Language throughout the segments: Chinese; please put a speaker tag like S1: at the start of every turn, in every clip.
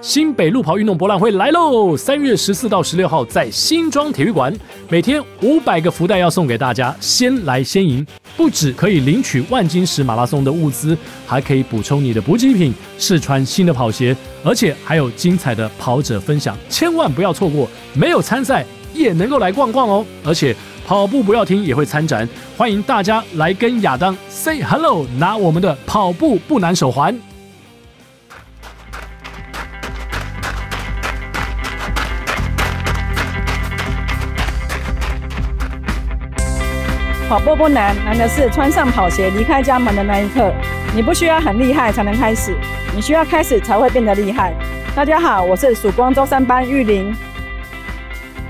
S1: 新北路跑运动博览会来喽！三月十四到十六号在新庄体育馆，每天五百个福袋要送给大家，先来先赢。不止可以领取万金石马拉松的物资，还可以补充你的补给品，试穿新的跑鞋，而且还有精彩的跑者分享，千万不要错过。没有参赛也能够来逛逛哦，而且跑步不要停也会参展，欢迎大家来跟亚当 say hello，拿我们的跑步不难手环。
S2: 跑步不难，难的是穿上跑鞋离开家门的那一刻。你不需要很厉害才能开始，你需要开始才会变得厉害。大家好，我是曙光周三班玉玲。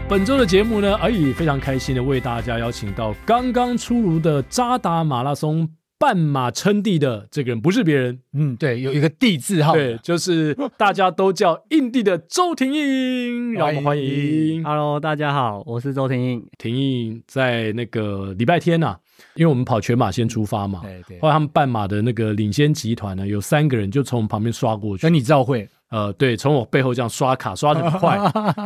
S1: 本周的节目呢，哎，非常开心的为大家邀请到刚刚出炉的扎达马拉松半马称帝的这个人，不是别人，
S3: 嗯，对，有一个地字号。哦
S1: 对，就是大家都叫印地的周婷颖，让我们欢迎
S4: Hello，大家好，我是周廷英。
S1: 婷颖。在那个礼拜天呐、啊因为我们跑全马先出发嘛，
S3: 对对
S1: 后，来他们半马的那个领先集团呢，有三个人就从我们旁边刷过去
S3: 跟，你照会，
S1: 呃，对，从我背后这样刷卡刷的很快，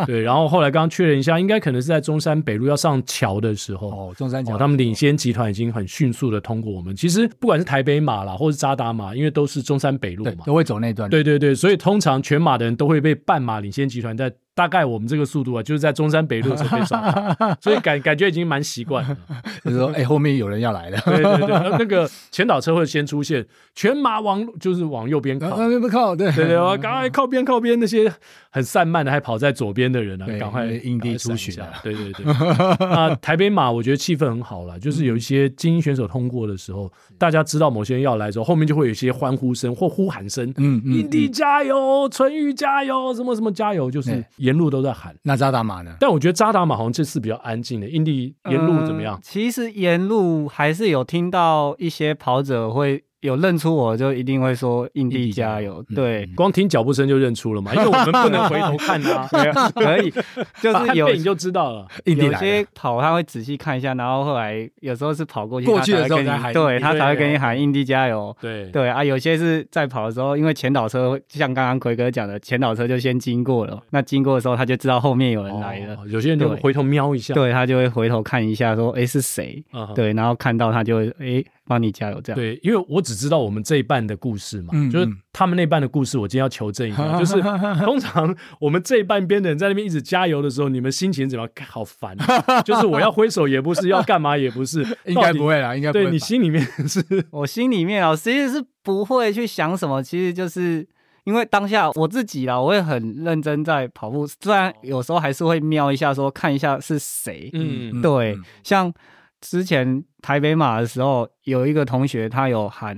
S1: 对，然后后来刚刚确认一下，应该可能是在中山北路要上桥的时候，
S3: 哦，中山
S1: 哦
S3: 桥，，
S1: 他们领先集团已经很迅速的通过我们。其实不管是台北马啦，或是扎达马，因为都是中山北路
S3: 对
S1: 嘛，
S3: 都会走那段。，
S1: 对对对，所以通常全马的人都会被半马领先集团在大概我们这个速度啊，就是在中山北路的时候被刷到， 所以感感觉已经蛮习惯了。
S3: 就是说，哎，后面有人要来了。
S1: 对对对，那个前导车会先出现，全马往就是往右 边靠。
S3: 啊，不 靠，对
S1: 对对，我赶快靠边靠边，那些很散漫的还跑在左边的人啊，
S3: 对
S1: 赶快
S3: 因为印地出巡
S1: 啊
S3: 啊！
S1: 对 对对，那台北马我觉得气氛很好啦，就是有
S3: 嗯
S1: 一些精英选手通过的时候，大家知道某些人要来的时候，后面就会有一些欢呼声或呼喊声，
S3: 嗯嗯
S1: 印地加油，纯玉加油，什么什么加油，就是
S3: 对
S1: 沿路都在喊。
S3: 那扎达马呢？
S1: 但我觉得扎达马好像这次比较安静的，印地沿路怎么样
S3: 嗯
S4: 呃？其实沿路还是有听到一些跑者会有认出我，就一定会说印地加油。对，
S1: 光听脚步声就认出了嘛，因为我们不 能回头看啊，
S4: 可以，就是
S1: 看
S4: 有
S1: 背影就知道了。
S3: 印地
S4: 有
S3: 来
S4: 些
S3: 了，
S4: 跑他会仔细看一下，然后后来有时候是跑过去，
S3: 过去的
S4: 他
S3: 时
S4: 才
S3: 候
S4: 会跟
S3: 才
S4: 你
S3: 喊
S4: 对他才会跟
S3: 印地加
S4: 你
S3: 油
S4: 喊印地加油。
S1: 对
S4: 对啊，有些是在跑的时候，因为前导车会像刚刚奎哥讲的，前导车就先经过了，那经过的时候他就知道后面有人来了，
S1: 哦有些人就
S4: 对
S1: 回头瞄一下，
S4: 对他就会回头看一下说，诶是谁？
S1: 嗯哼，
S4: 对，然后看到他就会诶帮你加油这样。
S1: 对，因为我只知道我们这一半的故事嘛，
S3: 嗯
S1: 就是
S3: 嗯
S1: 他们那半的故事，我今天要求证一下， 就是通常我们这一半边的人在那边一直加油的时候，你们心情怎么样？干好烦，啊就是我要挥手也不是，要干嘛也不是，
S3: 应该不
S1: 会。
S3: 会啦，应该不会
S1: 对
S3: 吧。
S1: 你心里面是
S4: 我心里面啊，其实是不会去想什么，其实就是因为当下我自己啦，我会很认真在跑步，虽
S1: 哦
S4: 然有时候还是会瞄一下说看一下是谁。
S1: 嗯
S3: 嗯
S4: 对，
S3: 嗯
S4: 像之前台北马的时候，有一个同学他有喊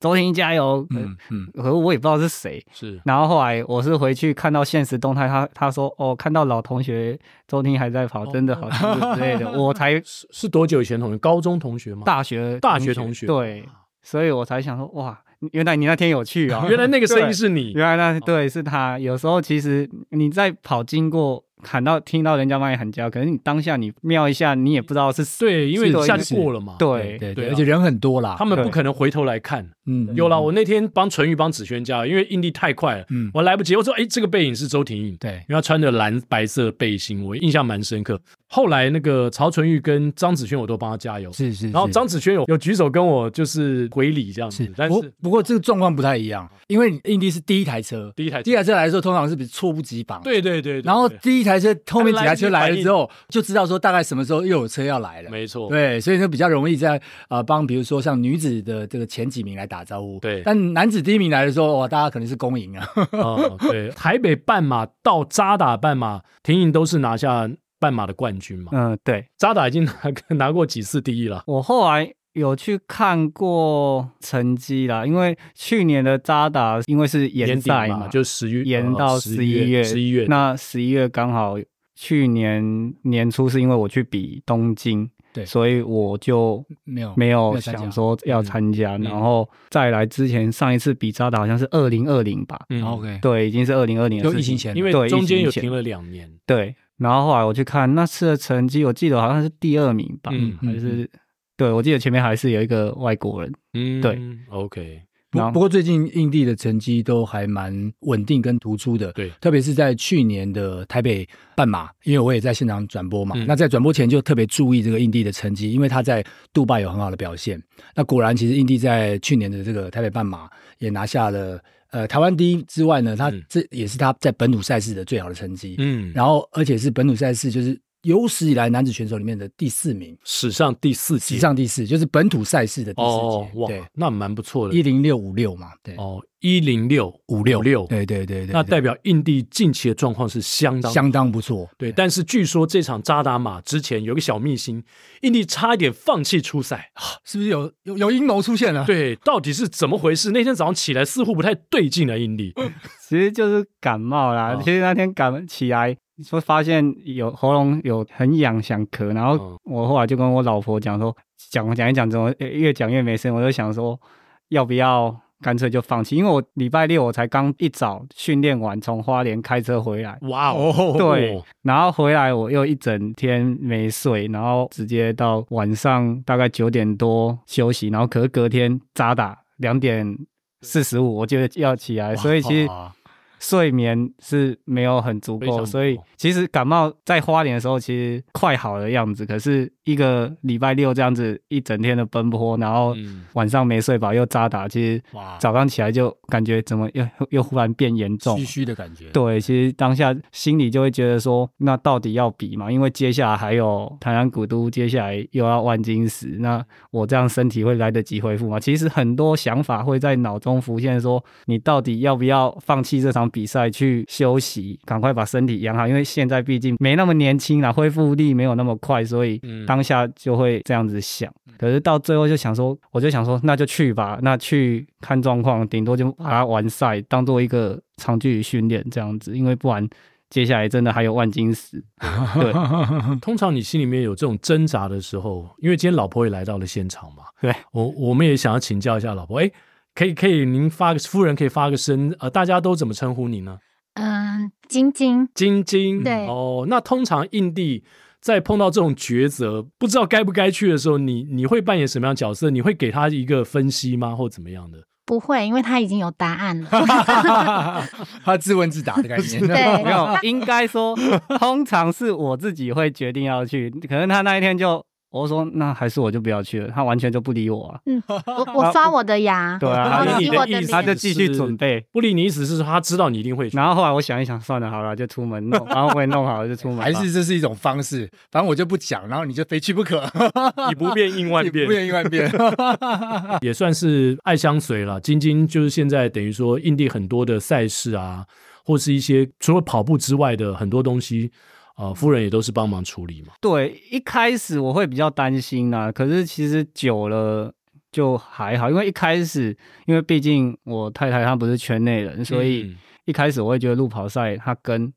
S4: 周婷加油，
S1: 呃
S4: 呃
S3: 嗯嗯，
S4: 可我也不知道是谁。
S1: 是
S4: 然后后来我是回去看到现实动态，他他说哦，看到老同学周婷还在跑，
S1: 哦
S4: 真的好辛苦之类 的，我才
S1: 是是多久以前同学？高中同学 吗？
S4: 大学
S1: 大学同学，
S4: 对，所以我才想说哇，原来你那天有去 啊
S1: 原来那个哦声音
S4: 对
S1: 是你，
S4: 原来那对是他。有时候其实你在跑经过喊到听到人家帮你喊叫，可是你当下你瞄一下，你也不知道是谁。
S1: 对，因为
S4: 是
S1: 一下就是过了嘛。
S4: 对
S3: 对
S1: 对
S3: 对，
S1: 啊
S3: 而且人很多啦。
S1: 他们不
S4: 对
S1: 可能回头来看。
S3: 嗯
S1: 有啦，我那天帮纯宇帮子轩加油，因为印地太快了，
S3: 嗯
S1: 我来不及。我说，哎，这个背影是周婷颖。
S3: 对
S1: 因为他穿着蓝白色背心，我印象蛮深刻。后来那个曹纯玉跟张子轩，我都帮他加油。
S3: 是是，
S1: 然后
S3: 是
S1: 张子轩有有举手跟我就是回礼这样子
S3: 是，，哦
S1: 但
S3: 不
S1: 是
S3: 不过这个状况不太一样，因为印第是第一台车，
S1: 第一台
S3: 第一台车来的时候通常是比猝不及防，
S1: 对对对，对
S3: 然后
S1: 对
S3: 第一台车后面几台车来
S1: 还来不
S3: 了
S1: 及
S3: 之后，就知道说大概什么时候又有车要来了。
S1: 没错，
S3: 对，所以就比较容易在呃帮，比如说像女子的这个前几名来打招呼。
S1: 对
S3: 但男子第一名来的时候，哇，大家可能是恭迎啊。
S1: 哦对，台北半马到扎打半马，婷颖都是拿下半马的冠军嘛。
S4: 嗯，对
S1: 扎打已经拿拿过几次第一了，
S4: 我后来。有去看过成绩啦，因为去年的扎达因为是延
S1: 年底
S4: 赛
S1: 嘛，就哦十月
S4: 延到十一
S1: 月，
S4: 月，
S1: 十一月
S4: 那十一月刚好去年年初是因为我去比东京，
S3: 对
S4: 所以我就
S3: 没有
S4: 没有
S3: 没有参加
S4: 想说
S1: 嗯
S4: 要参加，然后再来之前上一次比扎达好像是二零二零吧，
S1: 嗯
S3: OK，
S4: 对，已经是二零二零，
S3: 就疫情前
S1: 因为
S4: 对
S1: 中间有
S4: 疫情前
S1: 停了两年，
S4: 对，然后后来我去看那次的成绩，我记得好像是第二名吧，
S1: 嗯
S4: 还是对我记得前面还是有一个外国人，
S1: 嗯，
S4: 对
S1: ，OK，
S3: 不不
S4: 然后
S3: 不过最近印地的成绩都还蛮稳定跟突出的，
S1: 对
S3: 特别是在去年的台北半马，因为我也在现场转播嘛，
S1: 嗯
S3: 那在转播前就特别注意这个印地的成绩，因为他在杜拜有很好的表现。那果然，其实印地在去年的这个台北半马也拿下了呃台湾第一之外呢，他
S1: 嗯
S3: 这也是他在本土赛事的最好的成绩，
S1: 嗯，
S3: 然后而且是本土赛事就是有史以来男子选手里面的第四名，
S1: 史上第四
S3: 史
S1: 届，
S3: 上第四，就是本土赛事的第四
S1: 哦
S3: 届，
S1: 哇
S3: 对，，
S1: 那蛮不错
S3: 一
S1: 的
S3: 零六五六嘛，对。
S1: 哦，一零六
S3: 五六
S1: 六，
S3: 对对对对，
S1: 那
S3: 对
S1: 代表印地近期的状况是相当
S3: 相当不错。
S1: 对，但是据说这场扎达马之前有个小秘辛，印地差一点放弃出 赛。
S3: 是不是有有有阴谋出现了？，
S1: 对，到底是怎么回事？那天早上起来似乎不太对劲啊，印地。
S3: 嗯
S4: 其实就是感冒啦。
S1: 哦
S4: 其实那天感起来，说发现有喉咙有很痒，想咳，然
S1: 嗯
S4: 后我后来就跟我老婆讲说，讲讲一讲，怎么呃越讲越没声，我就想说要不要。干脆就放弃，因为我礼拜六我才刚一早训练完，从花莲开车回来，
S1: 哇哦，
S4: 对， 然后回来我又一整天没睡，然后直接到晚上大概九点多休息，然后可是隔天扎打两点四十五，我就要起来，所以其实
S1: 哇
S4: 睡眠是没有很足
S1: 非常
S4: 够，
S1: 不
S4: 所以
S1: 够
S4: 其实感冒在花莲的时候其实快好的样子，可是一个礼拜六这样子一整天的奔波，然后
S1: 嗯
S4: 晚上没睡饱又扎打，其实
S1: 哇
S4: 早上起来就感觉怎么又又忽然变严重，
S3: 虚虚的感觉。，
S4: 对，其实当下心里就会觉得说，那到底要比嘛？因为接下来还有台南古都，接下来又要万金石，那我这样身体会来得及恢复吗？其实很多想法会在脑中浮现说，你到底要不要放弃这场比赛去休息，赶快把身体养好？因为现在毕竟没那么年轻啦，恢复力没有那么快，所以
S1: 嗯
S4: 当下就会这样子想。可是到最后就想说，我就想说，那就去吧，那去看状况，顶多就把它完赛，当做一个长距离训练这样子，因为不然接下来真的还有万金石。对
S1: 通常你心里面有这种挣扎的时候，因为今天老婆也来到了现场嘛，
S4: 对，
S1: 我我们也想要请教一下老婆，哎，可以可以，您发个夫人可以发个声，呃，大家都怎么称呼你呢？
S5: 嗯，晶晶，
S1: 晶晶，
S5: 对
S1: 哦，那通常印地在碰到这种抉择，不知道该不该去的时候，你你会扮演什么样的角色？你会给他一个分析吗，或怎么样的？
S5: 不会，因为他已经有答案了。
S3: 他自问自答的概念。
S5: 对
S4: 没有，应该说，通常是我自己会决定要去，可能他那一天就我说那还是我就不要去了，他完全就不理我啊。
S5: 嗯我我刷我的牙，
S4: 对啊，
S5: 然
S1: 他
S5: 后
S1: 理
S5: 洗
S1: 你的
S5: 我
S1: 意思
S5: 脸，
S4: 他就继续
S1: 是
S4: 准备。
S1: 不理你意思是说他知道你一定会去，
S4: 然后后来我想一想，算了，好了，就出门弄，然后我也弄好了就出门吧。
S3: 还是这是一种方式，反正我就不讲，然后你就非去不可，
S1: 以不变应万变
S3: 不。愿意万 变。
S1: 也算是爱相随了。晶晶就是现在等于说印地很多的赛事啊，或是一些除了跑步之外的很多东西，啊、夫人也都是帮忙处理嘛。
S4: 对，一开始我会比较担心啦、可是其实久了就还好，因为一开始，因为毕竟我太太她不是圈内人，所以
S1: 嗯
S4: 一开始我会觉得路跑赛她跟，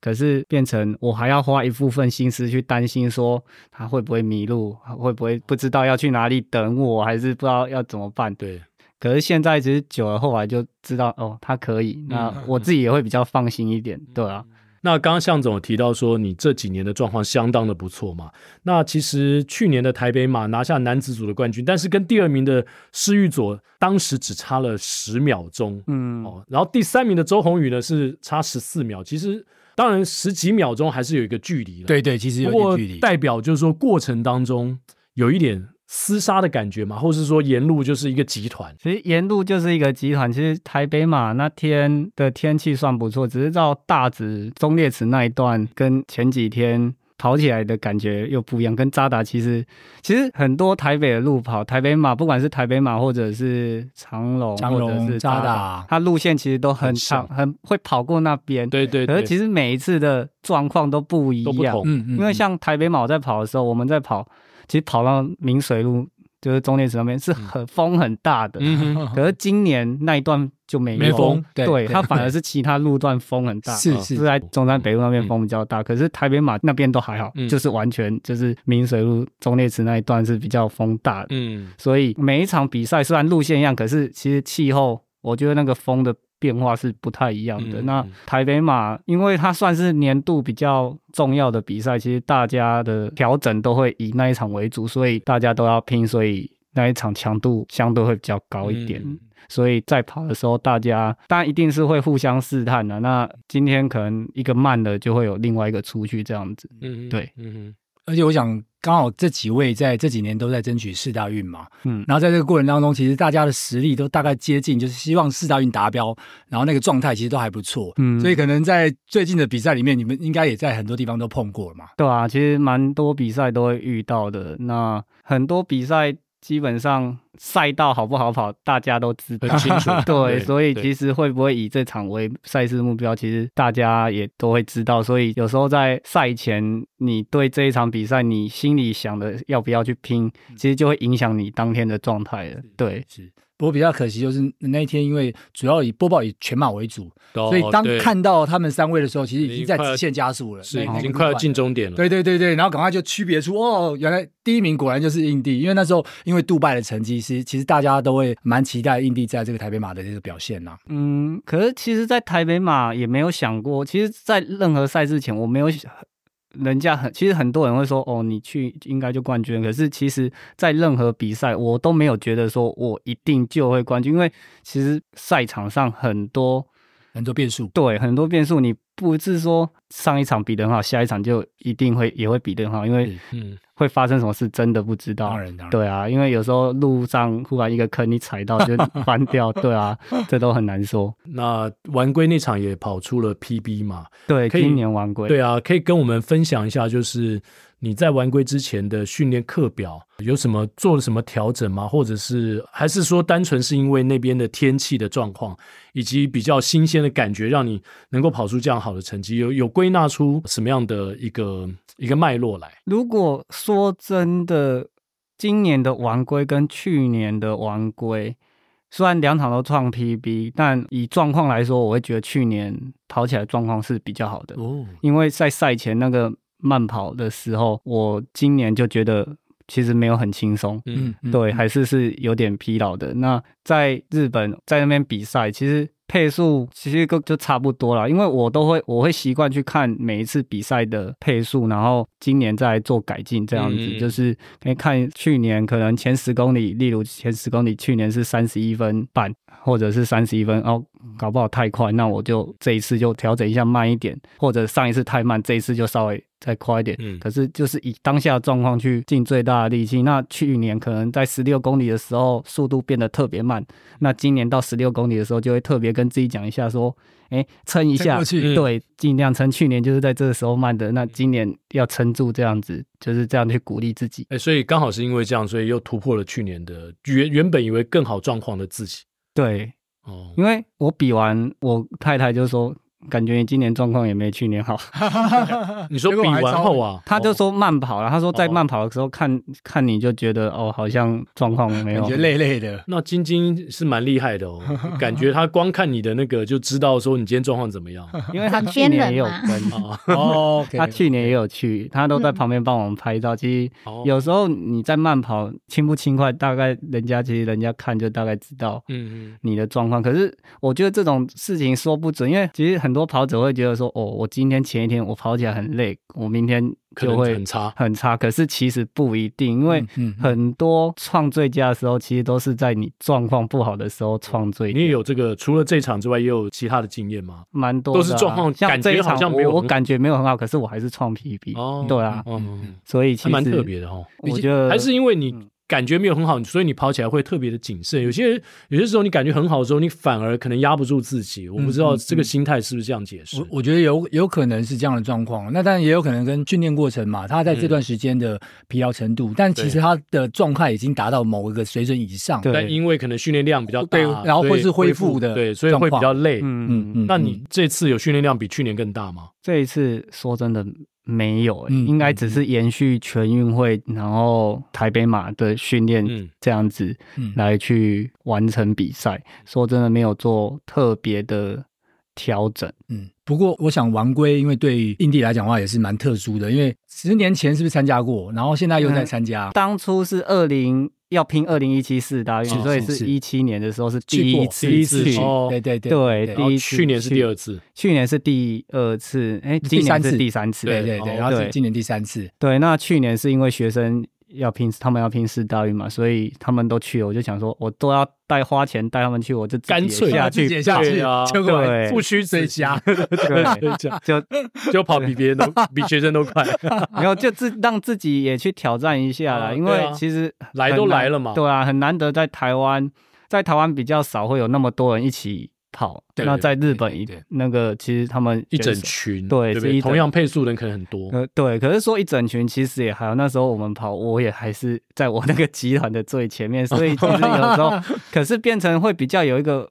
S4: 可是变成我还要花一部分心思去担心说她会不会迷路，会不会不知道要去哪里等我，还是不知道要怎么办。
S1: 对，
S4: 可是现在其实久了，后来就知道哦，她可以，那我自己也会比较放心一点，对啊。
S1: 那刚刚向总有提到说，你这几年的状况相当的不错嘛。那其实去年的台北马拿下男子组的冠军，但是跟第二名的施玉佐当时只差了十秒钟。
S4: 嗯，
S1: 哦，然后第三名的周宏宇呢是差十四秒，其实当然十几秒钟还是有一个距离了。
S3: 对对，其实有
S1: 不过
S3: 点距离。
S1: 代表就是说过程当中有一点厮杀的感觉嘛，或是说沿路就是一个集团。
S4: 其实沿路就是一个集团。其实台北马那天的天气算不错，只是到大直中烈池那一段跟前几天跑起来的感觉又不一样。跟扎达其实，其实很多台北的路跑，台北马不管是台北马或者是长龙，
S3: 长
S4: 或
S3: 龙
S4: 者是
S3: 扎达
S4: 达，它路线其实都很
S1: 很像
S4: 长，很会跑过那边。
S1: 对对
S4: 可
S1: 对，
S4: 是其实每一次的状况都不一
S1: 都不
S4: 样
S1: 同。。
S3: 嗯嗯
S4: 因为像台北马我在跑的时候，我们在跑，其实跑到明水路，就是中烈池那边是很风很大的，
S1: 嗯哼，
S4: 可是今年那一段就没有
S3: 没风对
S4: 对，
S3: 对
S4: 它反而是其他路段风很大。 哦
S3: 是
S1: 嗯
S3: 是
S4: 是在中山北路那边风比较大，可是台北马那边都还好，
S1: 嗯
S4: 就是完全就是明水路中烈池那一段是比较风大的，
S1: 嗯，
S4: 所以每一场比赛虽然路线一样，可是其实气候，我觉得那个风的变化是不太一样的。
S1: 嗯
S4: 那
S1: 嗯
S4: 台北马，因为它算是年度比较重要的比赛，其实大家的调整都会以那一场为主，所以大家都要拼，所以那一场强度相对会比较高一点。
S1: 嗯
S4: 所以在跑的时候，大家当然一定是会互相试探的、那今天可能一个慢的就会有另外一个出去这样子。
S1: 嗯，
S4: 对，
S1: 嗯
S3: 而且我想，刚好这几位在这几年都在争取四大运嘛，
S4: 嗯
S3: 然后在这个过程当中，其实大家的实力都大概接近，就是希望四大运达标，然后那个状态其实都还不错，
S4: 嗯
S3: 所以可能在最近的比赛里面，你们应该也在很多地方都碰过了嘛，
S4: 对啊，其实蛮多比赛都会遇到的。那很多比赛基本上赛道好不好跑，大家都知道
S1: 很清楚对
S4: 对，所以
S1: 对
S4: 其实会不会以这场为赛事目标，其实大家也都会知道。所以有时候在赛前，你对这一场比赛，你心里想的要不要去拼，
S1: 嗯
S4: 其实就会影响你当天的状态了。对，
S3: 是。不过比较可惜就是那一天，因为主要以播报以全马为主，所以
S1: 哦
S3: 当看到他们三位的时候，其实已经在直线加速了，
S1: 是
S3: 那
S1: 已经快要进。终点了，
S3: 对对对对，然后赶快就区别出哦，原来第一名果然就是印地，因为那时候因为杜拜的成绩，其实其实大家都会蛮期待印地在这个台北马的这个表现呐、
S4: 嗯，可是其实，在台北马也没有想过，其实，在任何赛事前，我没有想。人家很，其实很多人会说，哦，你去应该就冠军。可是其实，在任何比赛，我都没有觉得说我一定就会冠军，因为其实赛场上很多
S3: 很多变数。
S4: 对很多变数，你不是说上一场比得很好，下一场就一定会也会比得很好，因为
S1: 嗯，
S4: 会发生什么事真的不知道。
S3: 当然当然，
S4: 对啊，因为有时候路上忽然一个坑，你踩到就翻 掉，对啊，这都很难说。
S1: 那玩归那场也跑出了 PB 嘛，
S4: 对，
S1: 可以
S4: 今年晚归。
S1: 对啊，可以跟我们分享一下，就是你在玩归之前的训练课表有什么做了什么调整吗？或者是还是说单纯是因为那边的天气的状况，以及比较新鲜的感觉，让你能够跑出这样好的成绩？有有归纳出什么样的一个一个脉络来？
S4: 如果说真的，今年的晚归跟去年的晚归，虽然两场都创 PB，但以状况来说，我会觉得去年跑起来状况是比较好的，
S1: 哦，
S4: 因为在赛前那个慢跑的时候，我今年就觉得其实没有很轻松。
S1: 嗯，
S4: 对，还 是是有点疲劳的。那在日本在那边比赛，其实配速其实都就差不多了，因为我都会我会习惯去看每一次比赛的配速，然后今年再做改进，这样子、
S1: 嗯嗯嗯
S4: 就是可以看去年可能前十公里，例如前十公里去年是三十一分半或者是三十一分，哦，搞不好太快，那我就这一次就调整一下慢一点，或者上一次太慢，这一次就稍微再快一点。
S1: 嗯
S4: 可是就是以当下的状况去尽最大的力气。那去年可能在十六公里的时候速度变得特别慢，那今年到十六公里的时候就会特别跟自己讲一下说，哎，撑一
S3: 撑
S4: 下
S3: 过，去
S1: 嗯
S4: 对，尽量撑。去年就是在这个时候慢的，那今年要撑住，这样子就是这样去鼓励自己。
S1: 哎，所以刚好是因为这样，所以又突破了去年的原原本以为更好状况的自己。
S4: 对，
S1: 哦，
S4: 因为我比完，我太太就说，感觉你今年状况也没去年好。
S1: 你说比完后，啊，
S4: 他就说慢跑了，他说在
S1: 哦
S4: 慢跑的时候看看你就觉得哦，好像状况没有
S3: 感觉累累的。
S1: 那晶晶是蛮厉害的 哦，感觉她光看你的那个就知道说你今天状况怎么 样
S4: 因为他去年也有跟，
S1: 啊。
S3: 哦，
S4: 他去年也有去，他都在旁边帮我们拍照。其实
S1: 哦
S4: 有时候你在慢跑轻不轻快，大概人家其实人家看就大概知道
S1: 嗯
S4: 你的状况。可是我觉得这种事情说不准，因为其实很多跑者会觉得说，哦，我今天前一天我跑起来很累，我明天
S1: 可
S4: 就
S1: 能
S4: 会
S1: 很差。
S4: 很差。可是其实不一定，因为
S3: 嗯嗯
S4: 很多创最佳的时候，其实都是在你状况不好的时候创最
S1: 你也
S4: 佳。
S1: 有这个，除了这场之外，也有其他的经验吗？
S4: 蛮多的啊、
S1: 都是状况
S4: 像
S1: 感
S4: 这
S1: 觉
S4: 一
S1: 好
S4: 场
S1: 像没有
S4: 我我
S1: 很
S4: 感觉没有很好，可是我还是创 PB，、
S1: 哦
S4: 对啊，
S1: 嗯，
S4: 所以其
S1: 还
S4: 实
S1: 蛮特别的哦。
S4: 我觉得
S1: 还是因为你感觉没有很好，所以你跑起来会特别的谨慎。有些有些时候你感觉很好的时候，你反而可能压不住自己。我不知道这个心态是不是这样解释
S3: 我。我觉得有有可能是这样的状况，那当然也有可能跟训练过程嘛，他在这段时间的疲劳程度，但其实他的状态已经达到某一个水准以上。
S4: 对
S1: 但因为可能训练量比较大，
S3: 对然后
S1: 所以
S3: 或是恢复的
S1: 对，所以会比较累。
S4: 嗯嗯，
S3: 嗯
S1: 那你这次有训练量比去年更大吗？
S4: 这一次说真的没有、欸，
S3: 嗯
S4: 应该只是延续全运会，然后台北马的训练
S1: 嗯
S4: 这样子
S3: 嗯
S4: 来去完成比赛。说真的，没有做特别的调整。
S3: 嗯，不过我想王龟，因为对于印地来讲的话也是蛮特殊的，因为十年前是不是参加过，然后现在又
S4: 嗯
S3: 在参加，
S4: 当初是二零要拼二零一七四大运，
S3: 是
S4: 所以
S3: 是
S4: 是
S3: 是
S4: 一七年的时候是
S3: 去
S4: 第
S3: 过
S4: 一次
S1: 第一次
S4: 去
S1: 去哦
S3: 对对
S4: 对
S3: 对
S4: 第一次
S1: 去年是第二
S4: 次，
S1: 次，
S4: 去年是第二次，哎，
S3: 第
S4: 今年
S3: 三次
S4: 是第三次，
S3: 对对对，
S1: 哦
S3: 然后是
S4: 对
S3: 今年第三次，
S4: 对，那去年是因为学生要拼，他们要拼四大运嘛，所以他们都去了。我就想说，我都要带花钱带他们去，我就自己
S1: 干
S4: 也
S1: 脆
S4: 下
S1: 自
S4: 去
S1: 己也下去
S4: 对
S1: 啊，结果还
S4: 对
S1: 不虚这一家，
S4: 对，
S1: 这样
S4: 就
S1: 就跑比别人都比学生都 快，
S4: 然后就自让自己也去挑战一下啦，
S1: 啊
S4: 因
S1: 对
S4: 为
S1: 啊
S4: 其实
S1: 来
S4: 很
S1: 都
S4: 难
S1: 来了嘛
S4: 对啊，很难得在台湾，在台湾比较少会有那么多人一起跑。
S1: 对
S4: 那
S1: 对
S4: 在日
S1: 对
S4: 本
S1: 对
S4: 一
S1: 对
S4: 那个其实他们
S1: 一
S4: 选
S1: 整
S4: 手
S1: 群，
S4: 对
S1: 对不
S4: 是一
S1: 对？
S4: 整
S1: 同样配速的人可能很多，
S4: 呃，对，可是说一整群其实也还好，那时候我们跑，我也还是在我那个集团的最前面，所以其实有时 候，可是变成会比较有一个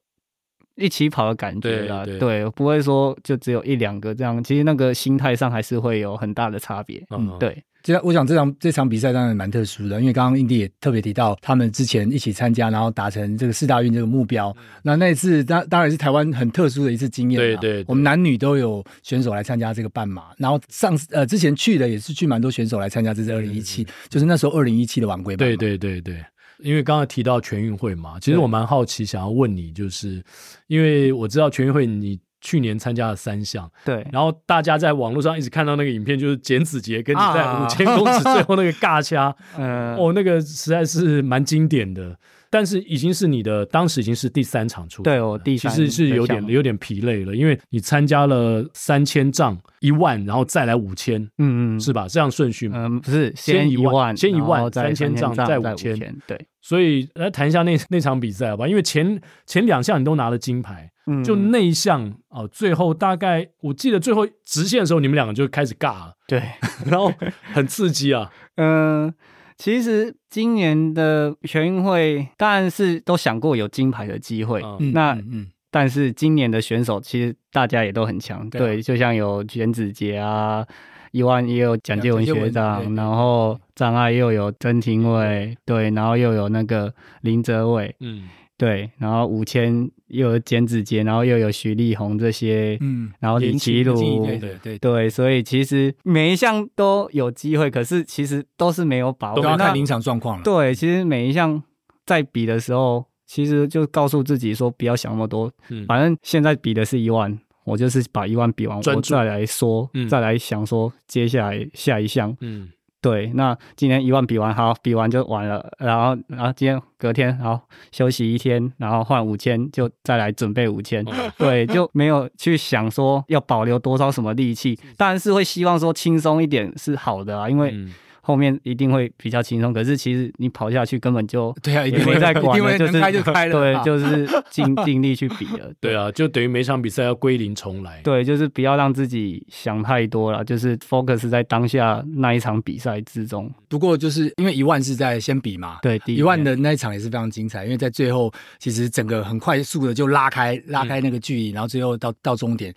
S4: 一起跑的感觉
S1: 对
S4: 啦，
S1: 对
S4: 不会说就只有一两个这样，其实那个心态上还是会有很大的差别，
S1: 嗯，
S4: 对，
S3: 这我想这场这场比赛当然蛮特殊的，因为刚刚印地也特别提到他们之前一起参加，然后达成这个四大运这个目标。那那一次当当然是台湾很特殊的一次经验
S1: 对
S3: 啦
S1: 对对
S3: 我们男女都有选手来参加这个半马，然后上次呃之前去的也是去蛮多选手来参加这次二零一七，就是那时候二零一七的晚归半
S1: 对
S3: 马。
S1: 对对对，因为刚刚提到全运会嘛，其实
S3: 对
S1: 我蛮好奇，想要问你，就是因为我知道全运会你去年参加了三项，
S4: 对，
S1: 然后大家在网络上一直看到那个影片，就是简子杰跟你在
S4: 啊
S1: 五千公尺最后那个尬 掐，
S4: 嗯、
S1: 哦，那个实在是蛮经典的。但是已经是你的，当时已经是第三场出，
S4: 对我第
S1: 其
S4: 三
S1: 实是
S4: 的
S1: 有
S4: 项
S1: 点
S4: 目
S1: 有点疲累了，因为你参加了三千丈、一万，然后再来五千，
S4: 嗯嗯
S1: 是吧？这样顺序嘛。
S4: 嗯，不是
S1: 先一
S4: 一
S1: 万
S4: 万，
S1: 先一
S4: 然
S1: 万
S4: 后再
S1: 三千
S4: 千
S1: 丈
S4: 丈，
S1: 再
S4: 再
S1: 五千
S4: 千，对，
S1: 所以来谈一下那那场比赛好吧，因为前前两项你都拿了金牌，
S4: 嗯
S1: 就那一项哦、最后大概我记得最后直线的时候，你们两个就开始尬了，
S4: 对，
S1: 然后很刺激啊，
S4: 嗯，其实今年的全运会当然是都想过有金牌的机会，
S1: 嗯
S3: 嗯
S4: 那
S3: 嗯嗯
S4: 但是今年的选手其实大家也都很强，
S3: 对啊
S4: 对，就像有简子杰啊，一万也有蒋介文学
S3: 蒋介
S4: 长，
S3: 文
S4: 然后障碍又有曾廷伟，对，然后又有那个林哲伟，
S1: 嗯，
S4: 对，然后五千又有简子杰，然后又有徐立红这些，
S3: 嗯，
S4: 然后李
S1: 延
S4: 奇
S1: 庆
S4: 鲁，
S3: 对对啊对。
S4: 对，所以其实每一项都有机会，可是其实都是没有把握。
S3: 都要
S4: 那
S3: 看临场状况了。
S4: 对，其实每一项在比的时候，其实就告诉自己说不要想那么多，
S1: 嗯
S4: 反正现在比的是一万，我就是把一万比完，
S1: 专
S4: 我
S1: 注
S4: 再来说，
S1: 嗯
S4: 再来想说接下来下一项。
S1: 嗯，
S4: 对，那今天一万比完，好，比完就完了，然后然后今天隔天好休息一天，然后换五千，就再来准备五千。
S1: 哦
S4: 对，就没有去想说要保留多少什么力气，当然是会希望说轻松一点是好的啊，因为
S1: 嗯
S4: 后面一定会比较轻松。可是其实你跑下去根本就
S3: 对啊，一
S4: 也
S3: 定会
S4: 没在
S3: 一
S4: 管
S3: 定
S4: 了，
S3: 会
S4: 就是
S3: 能开就开了。
S4: 对
S3: 啊，
S4: 就是 尽尽力去比了。
S1: 对啊，就等于每场比赛要归零重来，
S4: 对，就是不要让自己想太多了，就是 focus 在当下那一场比赛之中。
S3: 不过就是因为一万是在先比嘛，
S4: 对，第
S3: 一万
S4: 年
S3: 的那一场也是非常精彩，因为在最后其实整个很快速的就拉开拉
S1: 嗯
S3: 开那个距离，然后最后到到终点。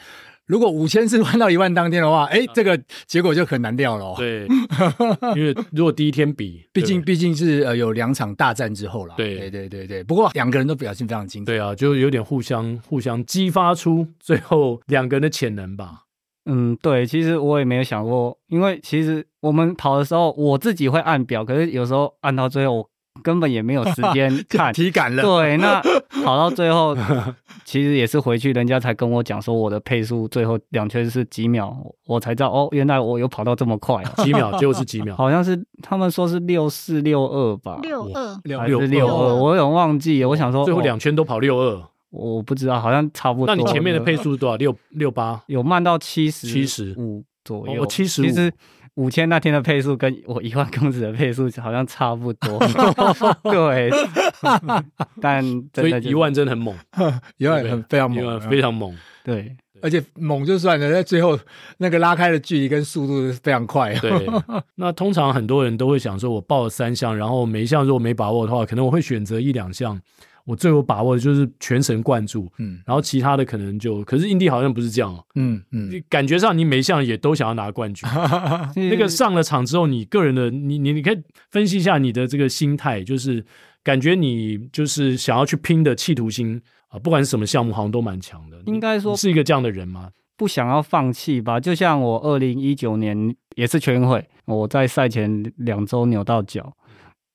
S3: 如果五千是换到一万当天的话，哎，这个结果就很难料了、哦。，
S1: 嗯对，因为如果第一天比，
S3: 毕竟
S1: 对
S3: 毕竟是呃有两场大战之后啦。
S1: 对
S3: 对对对对，不过两个人都表现非常精 彩。
S1: 对啊，就有点互相互相激发出最后两个人的潜能吧，
S4: 嗯，对，其实我也没有想过，因为其实我们跑的时候，我自己会按表，可是有时候按到最后，我根本也没有 时间看。
S3: 体感了。
S4: 对，那跑到最后，其实也是回去，人家才跟我讲说我的配速最后两圈是几秒，我才知道哦，原来我有跑到这么快哦、
S1: 几秒就是几秒，
S4: 好像是他们说是六四六二吧，
S5: 六二，
S3: 六
S4: 还
S1: 六
S4: 是六
S5: 二
S4: 二，我有点忘记了。我想说
S1: 最后
S4: 哦
S1: 两圈都跑六二，
S4: 我不知道，好像差不多。
S1: 那你前面的配速是多少？六六八，
S4: 有慢到七十
S1: 70
S4: 五左右，
S1: 哦75
S4: 其实五千那天的配速跟我一万公尺的配速好像差 不多，对。但
S1: 所
S4: 真的
S1: 以
S4: 就
S1: 一万真的很猛，
S3: 一万
S1: 对
S3: 很非常
S1: 一
S3: 猛啊嗯
S1: 万，非常猛，
S4: 对，
S3: 而且猛就算了，在最后那个拉开的距离跟速度是非常快。
S1: 对，那通常很多人都会想说，我报了三项，然后每一项如果没把握的话，可能我会选择一两项，我最有把握的就是全神贯注，
S3: 嗯
S1: 然后其他的可能就，可是印地好像不是这样哦，
S3: 嗯嗯，
S1: 感觉上你每一项也都想要拿冠 军。啊那
S4: 那
S1: 个上了场之后，你个人的你你你可以分析一下你的这个心态，就是感觉你就是想要去拼的企图心啊，不管是什么项目，好像都蛮强的。你
S4: 应该说
S1: 你是一个这样的人吗？
S4: 不想要放弃吧。就像我二零一九年也是全运会，我在赛前两周扭到脚，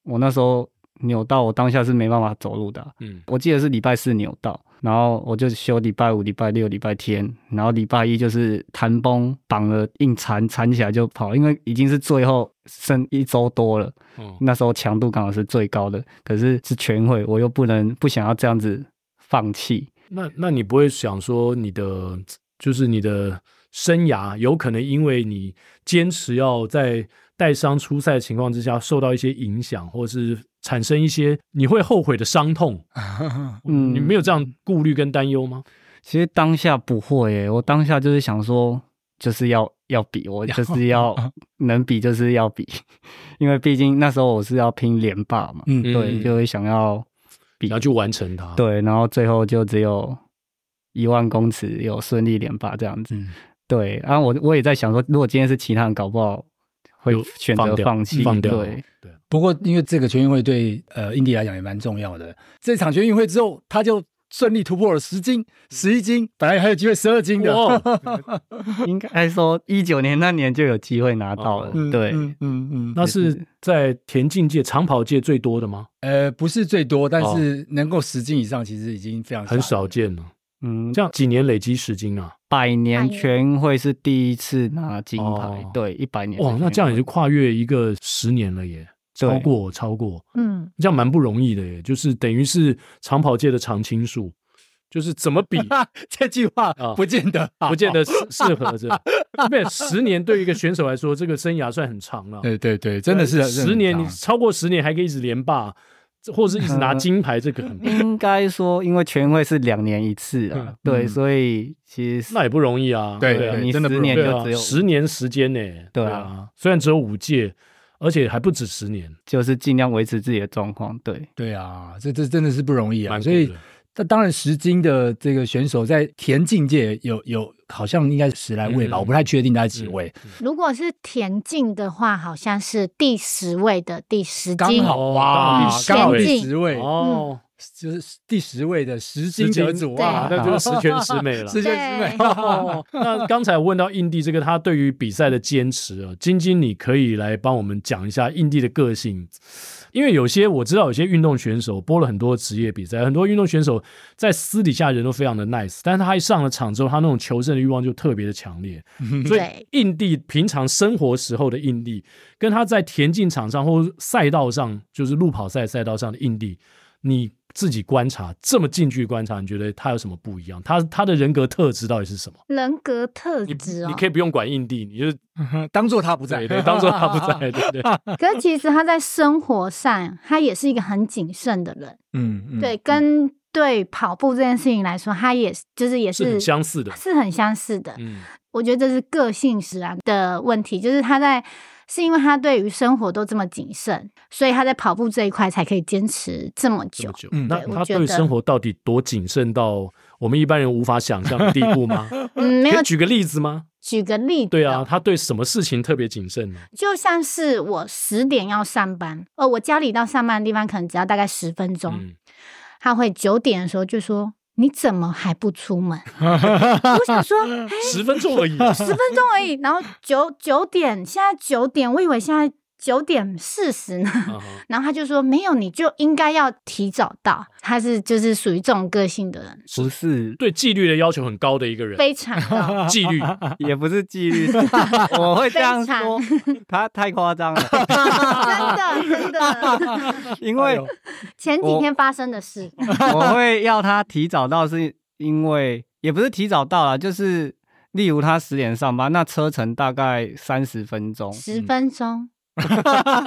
S4: 我那时候扭到我当下是没办法走路的啊、
S1: 嗯，
S4: 我记得是礼拜四扭到，然后我就休礼拜五、礼拜六、礼拜天，然后礼拜一就是弹绷绑了硬缠，缠起来就跑，因为已经是最后剩一周多了，
S1: 哦，
S4: 那时候强度刚好是最高的，可是是全会，我又不能不想要这样子放弃，
S1: 那那你不会想说你的就是你的生涯有可能因为你坚持要在带伤出赛的情况之下受到一些影响，或是产生一些你会后悔的伤痛？
S4: 嗯
S1: 你没有这样顾虑跟担忧吗？
S4: 其实当下不会耶，我当下就是想说，就是要要比，我就是要能比就是要比，因为毕竟那时候我是要拼连霸嘛，
S3: 嗯
S4: 对，
S1: 嗯
S4: 就会想要比
S1: 你要去完成它。，
S4: 对，然后最后就只有一万公尺有顺利连霸这样 子，
S3: 嗯
S4: 对，然、啊、后我我也在想说，如果今天是其他人，搞不好会
S1: 有
S4: 选
S1: 放
S4: 择
S1: 掉
S4: 放弃，
S1: 放掉
S4: 对，
S3: 不过因为这个全运会对呃印地来讲也蛮重要的，这场全运会之后他就。顺利突破了十斤、十一斤，本来还有机会十二斤的。
S1: 哇
S4: 应该说一九年那年就有机会拿到了，
S1: 哦
S3: 嗯
S4: 对，
S3: 嗯嗯嗯
S1: 那
S4: 就是
S1: 是在田径界、长跑界最多的吗？
S3: 呃，不是最多，但
S1: 哦
S3: 是能够十斤以上，其实已经非常
S1: 很
S3: 少了
S1: 少见呢。
S4: 嗯，
S1: 这样几年累积十斤啊？
S4: 百
S5: 百
S4: 年
S5: 年
S4: 全运会是第一次拿金牌，
S1: 哦
S4: 对，一百年。
S1: 哇，那这样也就跨越一个十年了耶，超
S4: 对
S1: 过超过，
S5: 嗯，
S1: 这样蛮不容易的耶，就是等于是长跑界的常青树，就是怎 么比
S3: 这句话
S1: 啊
S3: 不见得好，
S1: 不见得适适合这，因为十年对于一个选手来说，这个生涯算很长了。
S3: 对对对，真的是
S1: 呃十年，你
S3: 真的是
S1: 超过十年还可以一直连霸，这或是一直 拿金牌，这个很
S4: 应该说，因为全运会是两年一次啊
S1: 嗯，
S4: 对，
S3: 嗯
S4: 所以其实
S1: 那也不容易啊。
S3: 对
S4: 对啊
S3: 对
S4: 你
S3: 真的不
S4: 十
S3: 容易
S4: 年
S1: 对
S4: 就
S1: 啊
S4: 只，有
S1: 十年时间呢、
S4: 对啊
S1: 啊，虽然只有五届，而且还不止十年，
S4: 就是尽量维持自己的状况，对，
S3: 对啊，这这真的是不容易啊，
S1: 蛮
S3: 所
S1: 所
S3: 以
S1: 以。
S3: 那当然，十金的这个选手在田径界有有好像应该是十来位吧，
S1: 嗯
S3: 我不太确定大概几位，
S5: 如果是田径的话，好像是第十位的第十
S3: 刚
S5: 金，
S3: 好
S1: 哦
S3: 哇，
S5: 刚
S3: 刚好
S5: 好第十
S3: 第
S5: 田径
S3: 十位，
S1: 哦，
S4: 嗯
S3: 就是第十位的十金
S1: 十
S3: 得
S1: 金
S3: 主
S5: 对
S3: 哇
S5: 啊，
S1: 那就是十全十美了。
S3: 十全十美。
S5: 对
S1: 哦，那刚才我问到印地这个，他对于比赛的坚持啊，晶晶，你可以来帮我们讲一下印地的个性，因为有些我知道有些运动选手播了很多职业比赛，很多运动选手在私底下人都非常的 nice，但是他一上了场之后，他那种求胜的欲望就特别的强烈，所以
S5: 对
S1: 印地平常生活时候的印地，跟他在田径场上或赛道上，就是路跑赛赛道上的印地，你自己观察这么近距离观察，你觉得他有什么不一样？他他的人格特质到底是什么？
S5: 人格特
S1: 你
S5: 质哦。
S1: 你可以不用管印地，你就
S3: 当做他不在
S1: 对，对，当做他不在，对对。
S5: 可是其实他在生活上，他也是一个很谨慎的人。
S3: 嗯，嗯
S5: 对，跟对跑步这件事情来说，他也是就是也
S1: 是
S5: 是
S1: 很相似的
S5: 是很相似的。
S1: 嗯，
S5: 我觉得这是个性使然的问题，就是他在是因为他对于生活都这么谨慎，所以他在跑步这一块才可以坚持这么
S1: 这
S5: 久
S1: 么。久，
S3: 嗯
S1: 那
S5: 对我
S1: 他
S5: 觉
S1: 对
S5: 得
S1: 生活到底多谨慎到我们一般人无法想象的地步 吗？
S5: 嗯，没
S1: 可
S5: 有
S1: 以举个例子吗？
S5: 举个例子、哦
S1: 对啊，，他对什么事情特别谨慎呢？
S5: 就像是我十点要上班，呃，我家里到上班的地方可能只要大概十分钟，
S1: 嗯，
S5: 他会九点的时候就说。你怎么还不出门？ 我想说，哎、
S1: 十分钟而已，啊
S5: 十分钟而已。然后九九点，现在九点，我以为现在九点四十呢。
S1: 啊哈
S5: 然后他就说没有，你就应该要提早到。他是就是属于这种个性的人，
S4: 不是，
S1: 对纪律的要求很高的一个人，。
S5: 非常高
S1: 纪
S4: 啊
S1: 律。
S4: 也不是纪律，我会这样
S5: 非常
S4: 说，他太夸张了，
S5: 真的真的，
S4: 因
S3: 哎
S4: 为
S3: 呦
S5: 前几
S4: 我
S5: 天发生的事，
S1: 哦
S4: 我会要他提早到，是因为也不是提早到啦，就是例如他十点上班，那车程大概三十分 钟，
S1: 嗯
S5: 十分钟，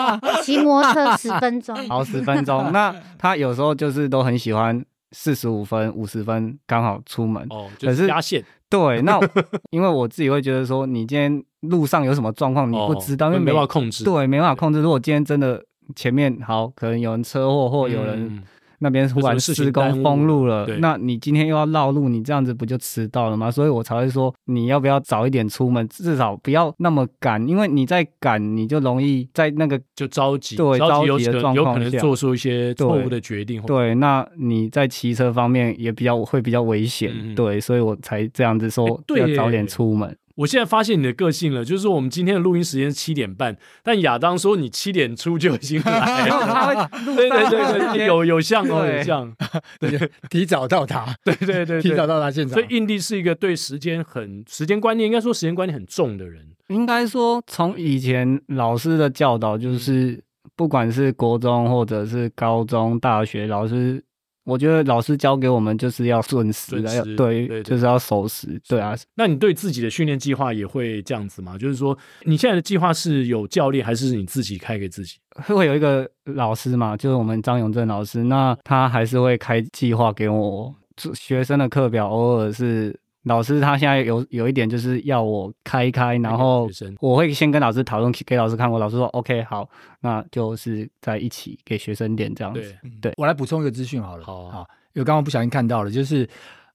S5: 骑摩托车十分钟，
S4: 好十分钟。那他有时候就是都很喜欢四十五分、五十分刚好出门。
S1: 哦，就
S4: 啊可
S1: 是
S4: 是
S1: 压线，
S4: 对，那因为我自 己会觉得说，你今天路上有什么状况你不知道，
S1: 哦
S4: 因为
S1: 没办法
S4: 法
S1: 控制。
S4: 对，没办法控制。如果今天真的前面好，可能有人车祸或
S1: 嗯，
S4: 有人那边忽
S1: 有什么
S4: 然
S1: 事
S4: 施
S1: 情耽误
S4: 工封路了
S1: 对，
S4: 那你今天又要绕路，你这样子不就迟到了吗？所以我才会说，你要不要早一点出门，至少不要那么赶，因为你在赶，你就容易在那个
S1: 就着急，
S4: 对
S1: 急有
S4: 着急的
S1: 可能
S4: 状
S1: 有可
S4: 况
S1: 能
S4: 下
S1: 做出一些错误
S4: 对
S1: 的决定，或者
S4: 对，那你在骑车方面也比较会比较危险，
S1: 嗯嗯
S4: 对，所以我才这样子
S1: 哎
S4: 说
S1: 对
S4: 要早
S1: 耶
S4: 点出门。
S1: 我现在发现你的个性了，就是我们今天的录音时间是七点半，但亚当说你七点出就已经来
S4: 然后
S1: 了。
S4: 他会 录
S1: 对对
S4: 上
S1: 对 对，有有像哦，
S4: 对
S1: 有像，
S3: 对，提早到达，对
S1: 对 对
S3: 提
S1: 对
S3: 早。到达现场
S1: 所以。印地是一个对时间很时间观念，应该说时间观念很重的人。
S4: 应该说，从以前老师的教导，
S1: 嗯
S4: 就是不管是国中或者是高中、大学，老师，我觉得老师教给我们就是要顺时
S1: 准
S4: 的，
S1: 时
S4: 要
S1: 对对
S4: 对，就是要守时，对啊，
S1: 那你对自己的训练计划也会这样子吗？就是说，你现在的计划是有教练，还是你自己开给自己？
S4: 会有一个老师嘛，就是我们张永正老师，那他还是会开计划给我，就学生的课表偶尔是。老师他现在有有一点就是要我开一开，然后
S1: 学生
S4: 我会先跟老师讨论，给老师看过，老师说 OK 好，那就是在一起给学生练这样子
S1: 对。，
S3: 我来补充一个资讯好了，
S1: 嗯好啊
S3: 因为刚刚不小心看到了，就是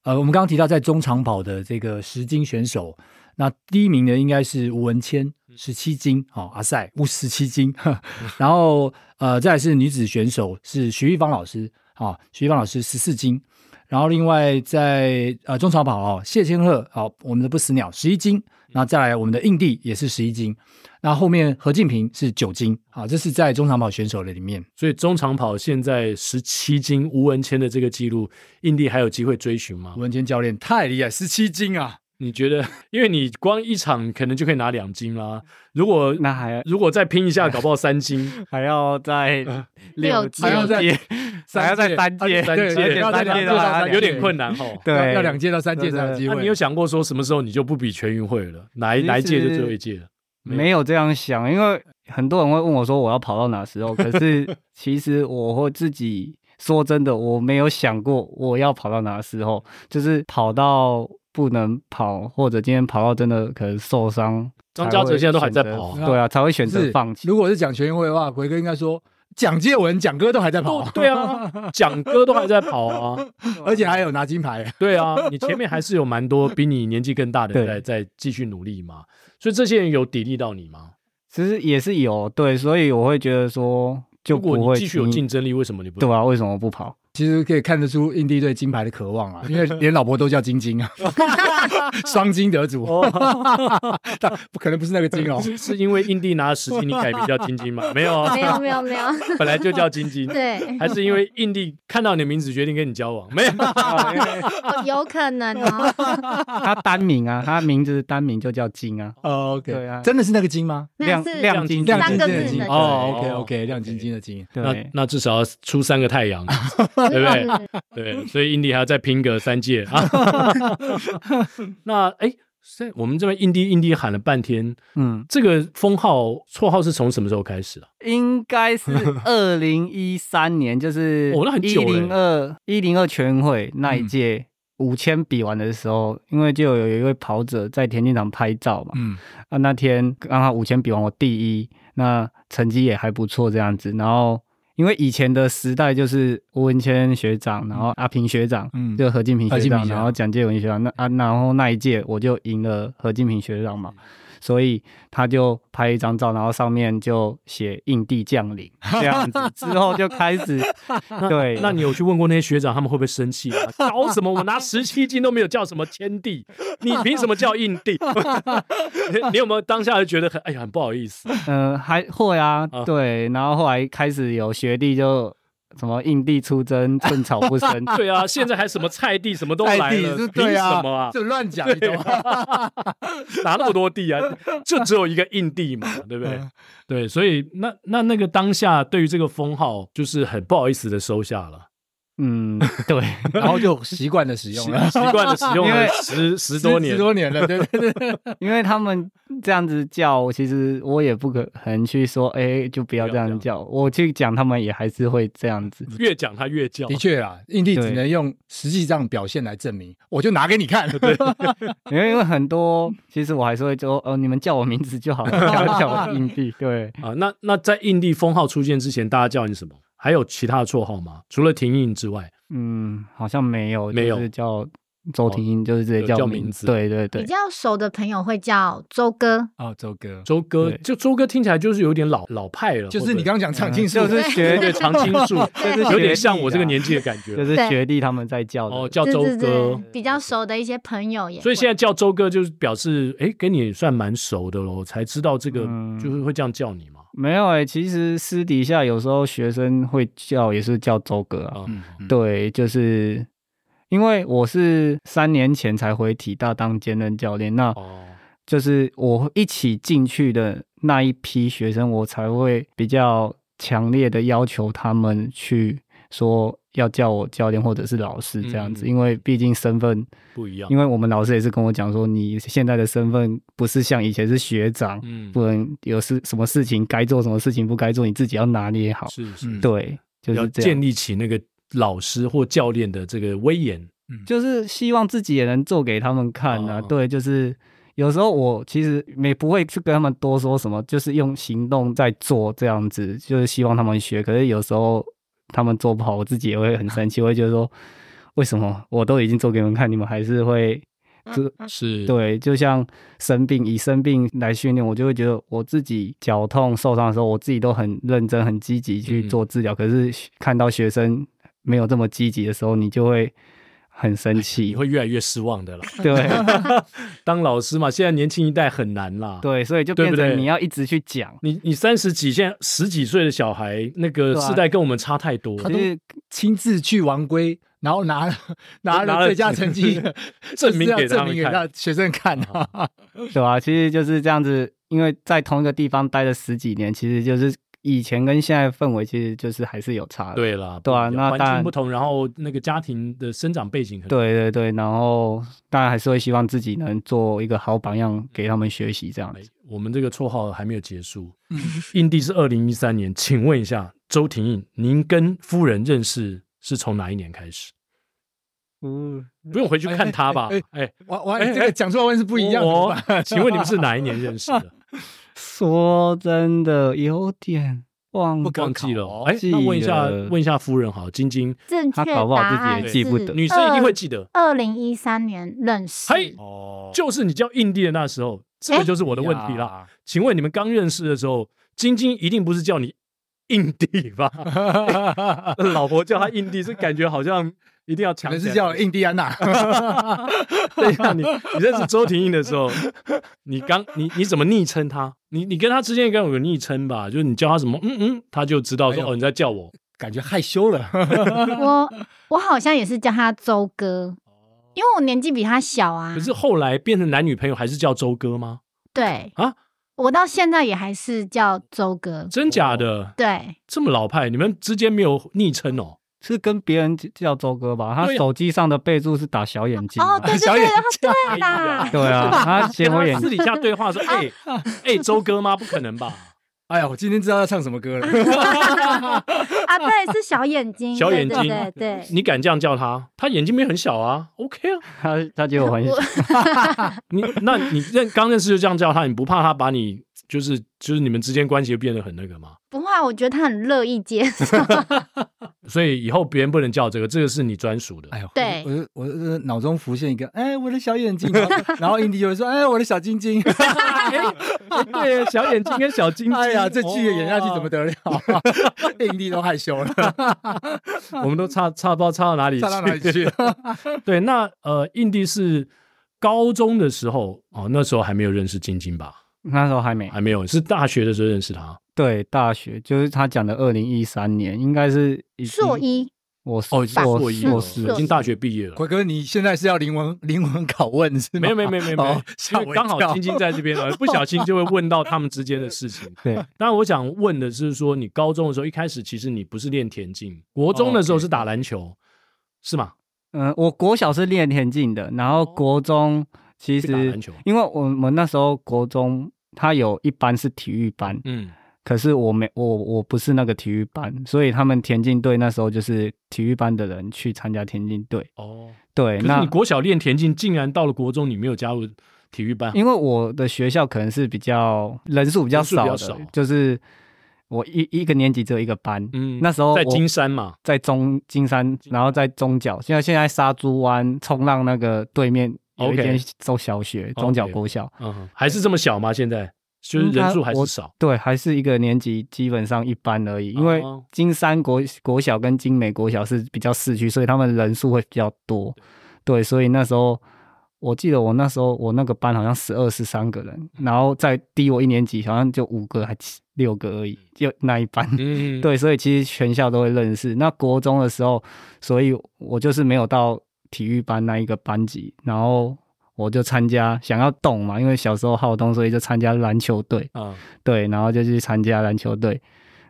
S3: 呃，我们刚刚提到在中长跑的这个十金选手，那第一名的应该是吴文谦，十七金，哦，阿赛五十七金， 呵然后呃，再来是女子选手是徐玉芳老师，啊、哦，徐玉芳老师十四金。然后另外在呃中长跑哦，谢千鹤好，我们的不死鸟十一金，然后再来我们的印地也是十一金，那后面何敬平是九金啊，这是在中长跑选手的里面。
S1: 所以中长跑现在十七金吴文谦的这个记录，印地还有机会追寻吗
S3: 吴？文谦教练太厉害，十七金啊！
S1: 你觉得？因为你光一场可能就可以拿两金啦。如果
S4: 那还
S1: 如果再拼一下，搞不好三金。
S4: 还要再
S5: 六届还要
S3: 再
S4: 届，还要再三届，
S3: 三届
S4: 而且
S3: 要再
S4: 三届
S3: 两
S4: 的话
S3: 届
S1: 有点困难哦。
S4: 对
S3: 要要两届到三届
S4: 对
S3: 才有机
S1: 那
S3: 会。
S1: 你有想过说什么时候你就不比全运会了？哪一哪一届就最后一届了？
S4: 没有这样想，因为很多人会问我说我要跑到哪时候，可 是其实我会自己说真的，我没有想过我要跑到哪时候，就是跑到不能跑，或者今天跑到真的可能受伤。
S1: 张家哲现在都还在
S4: 才会
S1: 跑
S4: 选
S1: 啊
S4: 择对啊，才会选择
S3: 是
S4: 放弃。
S3: 如果是讲全运会的话，奎哥应该说蒋介文、蒋哥都还在 跑，
S1: 对啊，蒋哥都还在跑啊。
S3: 而且还有拿金牌。
S1: 对啊，你前面还是有蛮多比你年纪更大的人在在继续努力嘛，所以这些人有砥砺到你吗？
S4: 其实也是有对，所以我会觉得说就
S1: 如
S4: 不
S1: 果你
S4: 会
S1: 继续有
S4: 轻易
S1: 竞争力，为什么你不
S4: 对啊，为什么不跑？
S3: 其实可以看得出印地对金牌的渴望 啊，因为连老婆都叫晶 晶啊，双金得主， 但不可能不是那个 金 哦。
S1: 是是因为印地拿了十金，你改名叫晶晶吗？没有啊，
S5: 没有没有没有，
S1: 本来就叫晶晶。
S5: 对，
S1: 还是因为印地看到你的名字决定跟你交往？没有，
S5: 我有可能哦。
S4: 他单名啊，他名字单名就叫金啊，
S3: 哦 OK，
S4: 对啊
S3: 真的是那个金吗？
S5: 那
S4: 亮
S5: 是
S4: 亮晶
S5: 三
S3: 亮
S5: 个
S3: 晶
S5: 字
S3: 晶
S5: 的
S3: 的金
S5: 金
S1: 哦
S3: 哦，OK OK，亮晶晶的晶。
S1: 那
S4: 对，
S1: 那至少要出三个太阳，对不对？对，所以印地还要再拼个三届 啊。那哎，在我们这边印地印地喊了半天，
S4: 嗯，
S1: 这个封号绰号是从什么时候开始啊？
S4: 应该 是二零一三年，就是
S1: 哦那很
S4: 一
S1: 久嗯
S4: 零二一零二全运会那一届五千比完的时候，因为就有一位跑者在田径场拍照嘛，
S3: 嗯，
S4: 啊，那天刚好五千比完我第一，那成绩也还不错这样子，然后。因为以前的时代就是吴文谦学长，然后阿平学长，
S3: 嗯
S4: 就何敬平
S3: 何
S4: 学
S3: 敬平
S4: 长，
S3: 学长
S4: 然后蒋介文学长，那啊，然后那一届我就赢了何敬平学长嘛，
S3: 嗯
S4: 所以他就拍一张照，然后上面就写“印地 降临”这样子，之后就开始对。
S1: 那你有去问过那些学长，他们会不会生 气吗？搞什么？我拿十七斤都没有叫什么天地，你凭什么叫印地？ 你你有没有当下就觉得很哎呀很不好意思？
S4: 嗯、还会啊
S1: 啊，
S4: 对，然后后来开始有学弟就什么“印地出征，寸草 不生”，
S1: 对啊，现在还什么菜地什么都来
S3: 在地
S1: 了，
S3: 是
S1: 凭
S3: 对啊，
S1: 什么啊？
S3: 就乱 讲，你懂吗？
S1: 哪那么多地啊？就只有一个印地嘛，对不对？对，所以那那那个当下对于这个封号就是很不好意思的收下了，
S4: 嗯，对，
S3: 然后就习惯的使用了。
S1: 习惯的使用
S4: 因
S1: 了
S4: 为
S1: 十十多年
S3: 十。多年了，对对对，
S4: 因为他们这样子叫我，其实我也不可能去说，哎、就不要
S1: 不
S4: 这
S1: 要
S4: 样叫，我去讲，他们也还是会这样 子。
S1: 越讲他越叫，
S3: 的确啦，印地只
S4: 对
S3: 能用实际上表现来证明，我就拿给你 看。对，
S4: 因为因为很多，其实我还是会说，哦，你们叫我名字就好了，不要叫我 硬币。对，
S1: 啊，那那在印地封号出现之前，大家叫你什么？还有其他的绰号吗？除了廷印之外，
S4: 嗯，好像没有，
S1: 没有
S4: 就是叫周婷英就是直接
S1: 有
S4: 叫
S1: 叫
S4: 名
S1: 名字
S4: 对对
S5: 比
S4: 对，
S5: 较熟的朋友会叫周哥，
S3: 哦，周 哥，
S1: 周哥
S4: 对
S1: 就周哥听起来就是有点老老派了，
S6: 就
S1: 会
S6: 是
S1: 不
S6: 你
S1: 会
S6: 刚刚讲常
S1: 嗯
S6: 青树
S4: 嗯就，是学
S1: 对常青树，
S4: 就是
S1: 有
S4: 学
S1: 点
S4: 弟
S1: 像我这个
S4: 啦
S1: 年纪的感
S4: 就
S1: 觉。
S4: 是
S5: 对
S4: 学弟他们在叫的。
S1: 哦，叫
S5: 对
S1: 周
S5: 对
S1: 哥
S5: 对，，比较熟的一些朋友也会。
S1: 所以现在叫周哥就是表示，哎，跟你算蛮熟的喽，才知道这个
S4: 嗯
S1: 就是会这样叫你嘛。
S4: 没有哎、其实私底下有时候学生会叫，也是叫周哥啊。
S1: 啊，
S3: 嗯，嗯
S4: 对，就是因为我是三年前才回体大当兼任教练，那
S1: 哦，
S4: 就是我一起进去的那一批学生，我才会比较强烈的要求他们去说要叫我教练或者是老师这样子，
S1: 嗯
S4: 因为毕竟身份，
S1: 不一样
S4: 因，为我们老师也是跟我讲说，你现在的身份不是像以前是学长，
S1: 嗯，
S4: 不能有事什么事情该做，什么事情不该做，你自己要拿捏好。
S1: 是是
S3: 嗯，
S4: 对，就
S1: 要
S4: 是这
S1: 建
S4: 样，
S1: 立起那个老师或教练的这个威严。
S4: 就是希望自己也能做给他们看啊。
S1: 哦
S4: 对，就是有时候我其实也不会去跟他们多说什么，就是用行动在做这样子，就是希望他们学。可是有时候他们做不好，我自己也会很生气，我会觉得说，为什么我都已经做给你们看，你们还是会这
S6: 嗯
S1: 是，
S4: 对，就像生病，以生病来训练，我就会觉得我自己脚痛受伤的时候，我自己都很认真、很积极去做治疗。可是看到学生没有这么积极的时候，你就会很生
S1: 你
S4: 气。
S1: 会越来越失望的 啦。
S4: 对
S1: 当老师嘛，现在年轻一代很难啦。，
S4: 对，所以就
S1: 对
S4: 变
S1: 不对啊
S4: 成你要一直去讲。
S1: 你你三十几，现在十几岁的小孩，那个
S4: 对啊
S1: 世代跟我们差太多。
S4: 其实
S6: 亲自去王龟，然后 拿了拿
S1: 拿
S6: 了
S1: 了
S6: 最佳成绩，
S1: 证明
S6: 就是
S1: 给
S6: 要
S1: 他
S6: 证
S1: 们
S6: 明给
S1: 看
S6: 让学生看 啊。
S1: 嗯
S4: 对啊，其实就是这样子，因为在同一个地方待了十几年，其实就是以前跟现在的氛围，其实就是还是有差的。
S1: 对啦，
S4: 对啊
S1: 不一样
S4: 那
S1: 环
S4: 当
S1: 境
S4: 然
S1: 不同，然后那个家庭的生长背景很，
S4: 对对对，然后当然还是会希望自己能做一个好榜样
S1: 嗯
S4: 给他们学习这样
S1: 哎
S4: 子。
S1: 我们这个绰号还没有结束。
S6: 嗯
S1: 印地是二零一三年，请问一下周婷印，您跟夫人认识是从哪一年开始？
S4: 嗯，
S1: 不用回去看他吧
S6: 哎？
S1: 哎，
S6: 我我这个讲出来问是不一样的
S1: 我
S6: 吧？
S1: 请问你们是哪一年认识的？
S4: 说真的有点忘
S6: 不可
S1: 忘记了。
S6: 考哦
S1: 哎，那问一下
S4: 记，了
S1: 问一下夫人好，晶晶，
S5: 正
S4: 他
S5: 确
S4: 搞不好自己
S5: 答案
S4: 也记不得
S1: 女生一定会记得。
S5: 二零一三年认识，
S1: 嘿，
S6: 哦
S1: 就是你叫印地的那时候，这个
S5: 哎
S1: 就是我的问题啦。，请问你们刚认识的时候，晶晶一定不是叫你印地吧？ 老婆叫他印地，这感觉好像一定要
S6: 可
S1: 强
S6: 能
S1: 起
S6: 是
S1: 来。
S6: 叫印第安纳，
S1: 对呀、你你认识周婷印的时候，你刚你你怎么昵称他？你你跟他之间应该有个昵称吧？就是你叫他什么，嗯嗯，他就知道
S6: 哎
S1: 说
S6: 呦
S1: 哦你在叫
S3: 嗯
S1: 我。
S6: 感觉害羞了。
S5: 我我好像也是叫他周哥，因为我年纪比他小啊。
S1: 哦可是后来变成男女朋友，还是叫周哥吗？
S5: 对
S1: 啊，
S5: 我到现在也还是叫周哥。
S1: 真假的？
S5: 对，
S1: 这么老派，你们之间没有昵称哦？
S4: 是跟别人叫周哥吧？他
S1: 对呀
S4: 手机上的备注是打小眼睛啊。
S5: 哦，对对
S6: 小
S5: 对，
S6: 眼
S5: 哦
S1: 哎
S5: 对
S1: 呀
S5: 啦，
S4: 对啊，他斜我眼
S1: 私底下对话说，哎哎，周哥吗？不可能吧？
S6: 哎呀，我今天知道要唱什么歌了。
S5: 啊，对，是小眼睛，
S1: 小
S5: 对
S1: 眼睛
S5: 对对对。
S1: 你敢这样叫他？他眼睛没很小啊，OK 啊。
S4: 他他觉得我很
S5: 我
S1: 你那你认刚认识就这样叫他，你不怕他把你就是就是你们之间关系变得很那个吗？
S5: 不会啊，我觉得他很乐意接受。
S1: 所以以后别人不能叫这个，这个是你专属的。
S6: 哎呦，
S5: 对
S6: 我就我就我就脑中浮现一个，哎，我的小眼睛，然后然后印第就会说，哎，我的小晶 晶，
S4: 对小眼睛跟小晶
S6: 哎呀，这剧演
S1: 哦
S6: 下去怎么得了？印第都害羞 了，
S1: 我们都差差不知道差到哪里去
S6: 差。到哪里 去？
S1: 对，那呃，印第是高中的时候哦，那时候还没有认识晶晶吧？
S4: 那时候还没
S1: 还没有，是大学的时候认识他。
S4: 对大学，就是他讲的二零一三年，应该是已经
S5: 硕，一，
S4: 我
S1: 哦，
S4: 我
S1: 已经硕一了，
S4: 硕
S5: 硕
S4: 士
S5: 士
S1: 已经大学毕业了。
S6: 奎哥，你现在是要灵魂灵魂拷问是吗？
S1: 没有没有没有没有没有
S6: 哦，
S1: 因
S6: 吓
S1: 为
S6: 我一
S1: 刚好
S6: 跳
S1: 晶 晶在这边，呃不小心就会问到他们之间的事情。
S4: 对，
S1: 当然，我想问的是说，你高中的时候一开始其实你不是练田径，国中的时候是打篮球，是吗？
S4: 嗯，我国小是练田径的，然后国中其
S1: 会哦打
S4: 实
S1: 篮球
S4: 因为我们那时候国中他有一班是体育班，
S1: 嗯，
S4: 可是我没我我不是那个体育班，所以他们田径队那时候就是体育班的人去参加田径队。
S1: 哦，
S4: 对，
S1: 可是
S4: 那
S1: 你国小练田径，竟然到了国中你没有加入体育班，
S4: 因为我的学校可能是比较人数比较少的，
S1: 人数比较少
S4: 就是我一一个年级只有一个班，
S1: 嗯
S4: 那时候
S1: 在
S4: 我
S1: 金山嘛，
S4: 在中金山，然后在中角，现在现在沙猪湾冲浪那个对面有一
S1: OK
S4: 间中小学，中角国小。
S1: 嗯，还是这么小吗？现在就是
S4: 嗯
S1: 人
S4: 它
S1: 数还是
S4: 我
S1: 少，
S4: 对，还是一个年级基本上一般而已，因为
S1: 哦
S4: 金山国国小跟金美国小是比较市区，所以他们人数会比较多。对，所以那时候我记得我那时候我那个班好像十二十三个人，
S1: 嗯
S4: 然后再低我一年级好像就五个还七六个而已，就那一班。
S1: 嗯，
S4: 对，所以其实全校都会认识。那国中的时候，所以我就是没有到体育班那一个班级，然后我就参加，想要动嘛，因为小时候好动，所以就参加篮球队。
S1: 啊，
S4: 对，然后就去参加篮球队，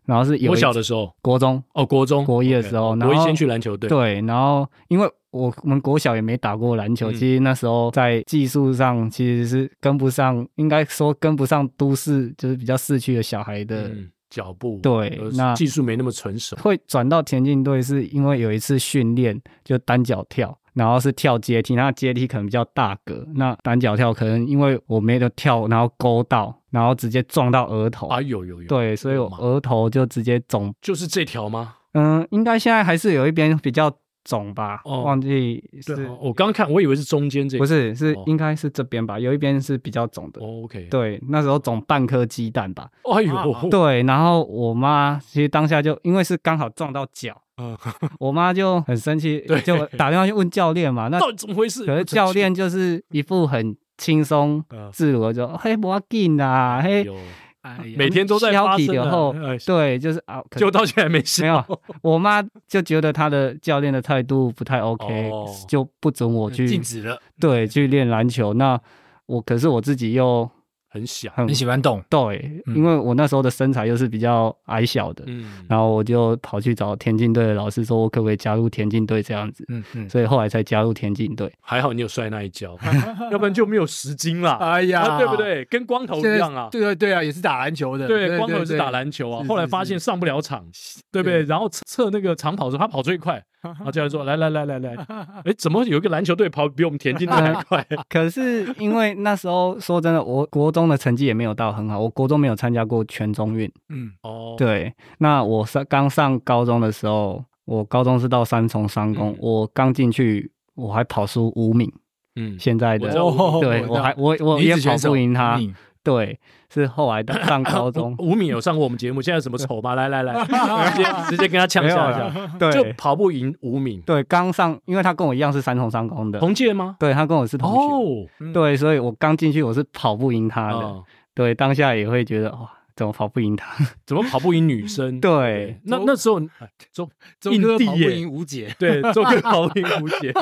S4: 然后是有
S1: 我
S4: 一
S1: 小
S4: 次
S1: 的时候，
S4: 国中
S1: 哦，国中
S4: 国一的
S1: OK，哦
S4: 时候然
S1: 国一
S4: 后
S1: 先去篮球队，
S4: 对，然后因为我我们国小也没打过篮球，
S1: 嗯
S4: 其实那时候在技术上其实是跟不上，应该说跟不上都市就是比较市区的小孩的
S1: 嗯，脚步
S4: 对
S1: 呃
S4: 那
S1: 技术没那么成熟，
S4: 会转到田径队，是因为有一次训练就单脚跳，然后是跳阶梯，那阶梯可能比较大格，那单脚跳可能因为我没得跳，然后勾到，然后直接撞到额头，
S1: 啊，有有有，
S4: 对，所以我
S1: 嘛
S4: 额头就直接肿，
S1: 就是这条吗？
S4: 嗯，应该现在还是有一边比较肿吧，
S1: 哦
S4: 忘记是
S1: 对，哦我刚看，我以为是中间这，
S4: 不是是
S1: 哦
S4: 应该是这边吧，有一边是比较肿的。
S1: 哦？OK，，
S4: 对，那时候肿半颗鸡蛋吧。
S1: 哎呦，
S4: 对，然后我妈其实当下就因为是刚好撞到脚，
S1: 嗯，
S4: 我妈就很生气
S1: 对，
S4: 就打电话去问教练嘛。那
S1: 到底怎么回 事？
S4: 可是教练就是一副很轻松
S1: 嗯
S4: 自如的就，嘿，不要紧啦，嘿，
S1: 有，
S4: 哎
S6: 嗯
S4: 呀
S1: 每天都在
S4: 消
S1: 发
S4: 体
S1: 生
S4: 的
S1: 啊
S4: 后
S1: 哎，
S4: 对，就是啊，可
S1: 就到现在没事
S4: 没，有，我妈就觉得她的教练的态度不太 OK，
S1: 哦
S4: 就不准我去
S6: 禁止了，
S4: 对去练篮球。那我可是我自己又
S1: 很小，
S4: 很
S6: 很喜欢动，
S4: 对，
S6: 嗯
S4: 因为我那时候的身材又是比较矮小的，
S1: 嗯，
S4: 然后我就跑去找田径队的老师说，我可不可以加入田径队这样子。
S6: 嗯嗯，
S4: 所以后来才加入田径队。
S1: 还好你有摔那一跤， 要不然就没有十斤啦，
S6: 哎呀，
S1: 啊对不？对？跟光头
S6: 现
S1: 一
S6: 在
S1: 样啊。
S6: 对对对啊，也是打篮球的，
S1: 对，光头是打篮球啊，
S6: 是
S1: 后来
S6: 是
S1: 发
S6: 是
S1: 现上不 了场，对不对？然后测测那个长跑的时候，他跑最快，然后教练说：“来来来来来， 哎，怎么有一个篮球队跑比我们田径队还 快
S4: 可是因为那时候说真的，我国中的成绩也没有到很好，我国中没有参加过全中运。？”
S6: 嗯，
S1: 哦，
S4: 对，那我上刚上高中的时候，我高中是到三重三公，
S1: 嗯
S4: 我刚进去我还跑输吴敏，
S1: 嗯，
S4: 现在的
S1: 我知道吴敏
S4: 对
S6: 哦我知道
S4: 我还我我
S6: 女
S4: 也
S6: 子
S4: 跑
S6: 选手
S4: 不赢他
S6: 吴，敏
S4: 对，是后来的上高 中。
S1: 吴敏有上过我们节目，现在怎么丑吗？来 来来，直接直接跟他呛下一下，
S4: 对
S1: 就跑不赢吴敏，
S4: 对，刚上，因为他跟我一样是三重三公的，
S1: 同届吗？
S4: 对他跟我是同学，
S1: 哦，
S4: 对，所以我刚进去我是跑不赢他的，
S1: 嗯
S4: 对，当下也会觉得哇，怎么跑不赢他？
S1: 怎么跑不赢女生？
S4: 对，
S1: 那那时候哎周
S6: 周
S1: 印
S6: 哥
S1: 地
S6: 跑不
S1: 耶
S6: 赢吴姐，
S1: 对周 哥跑不赢吴姐，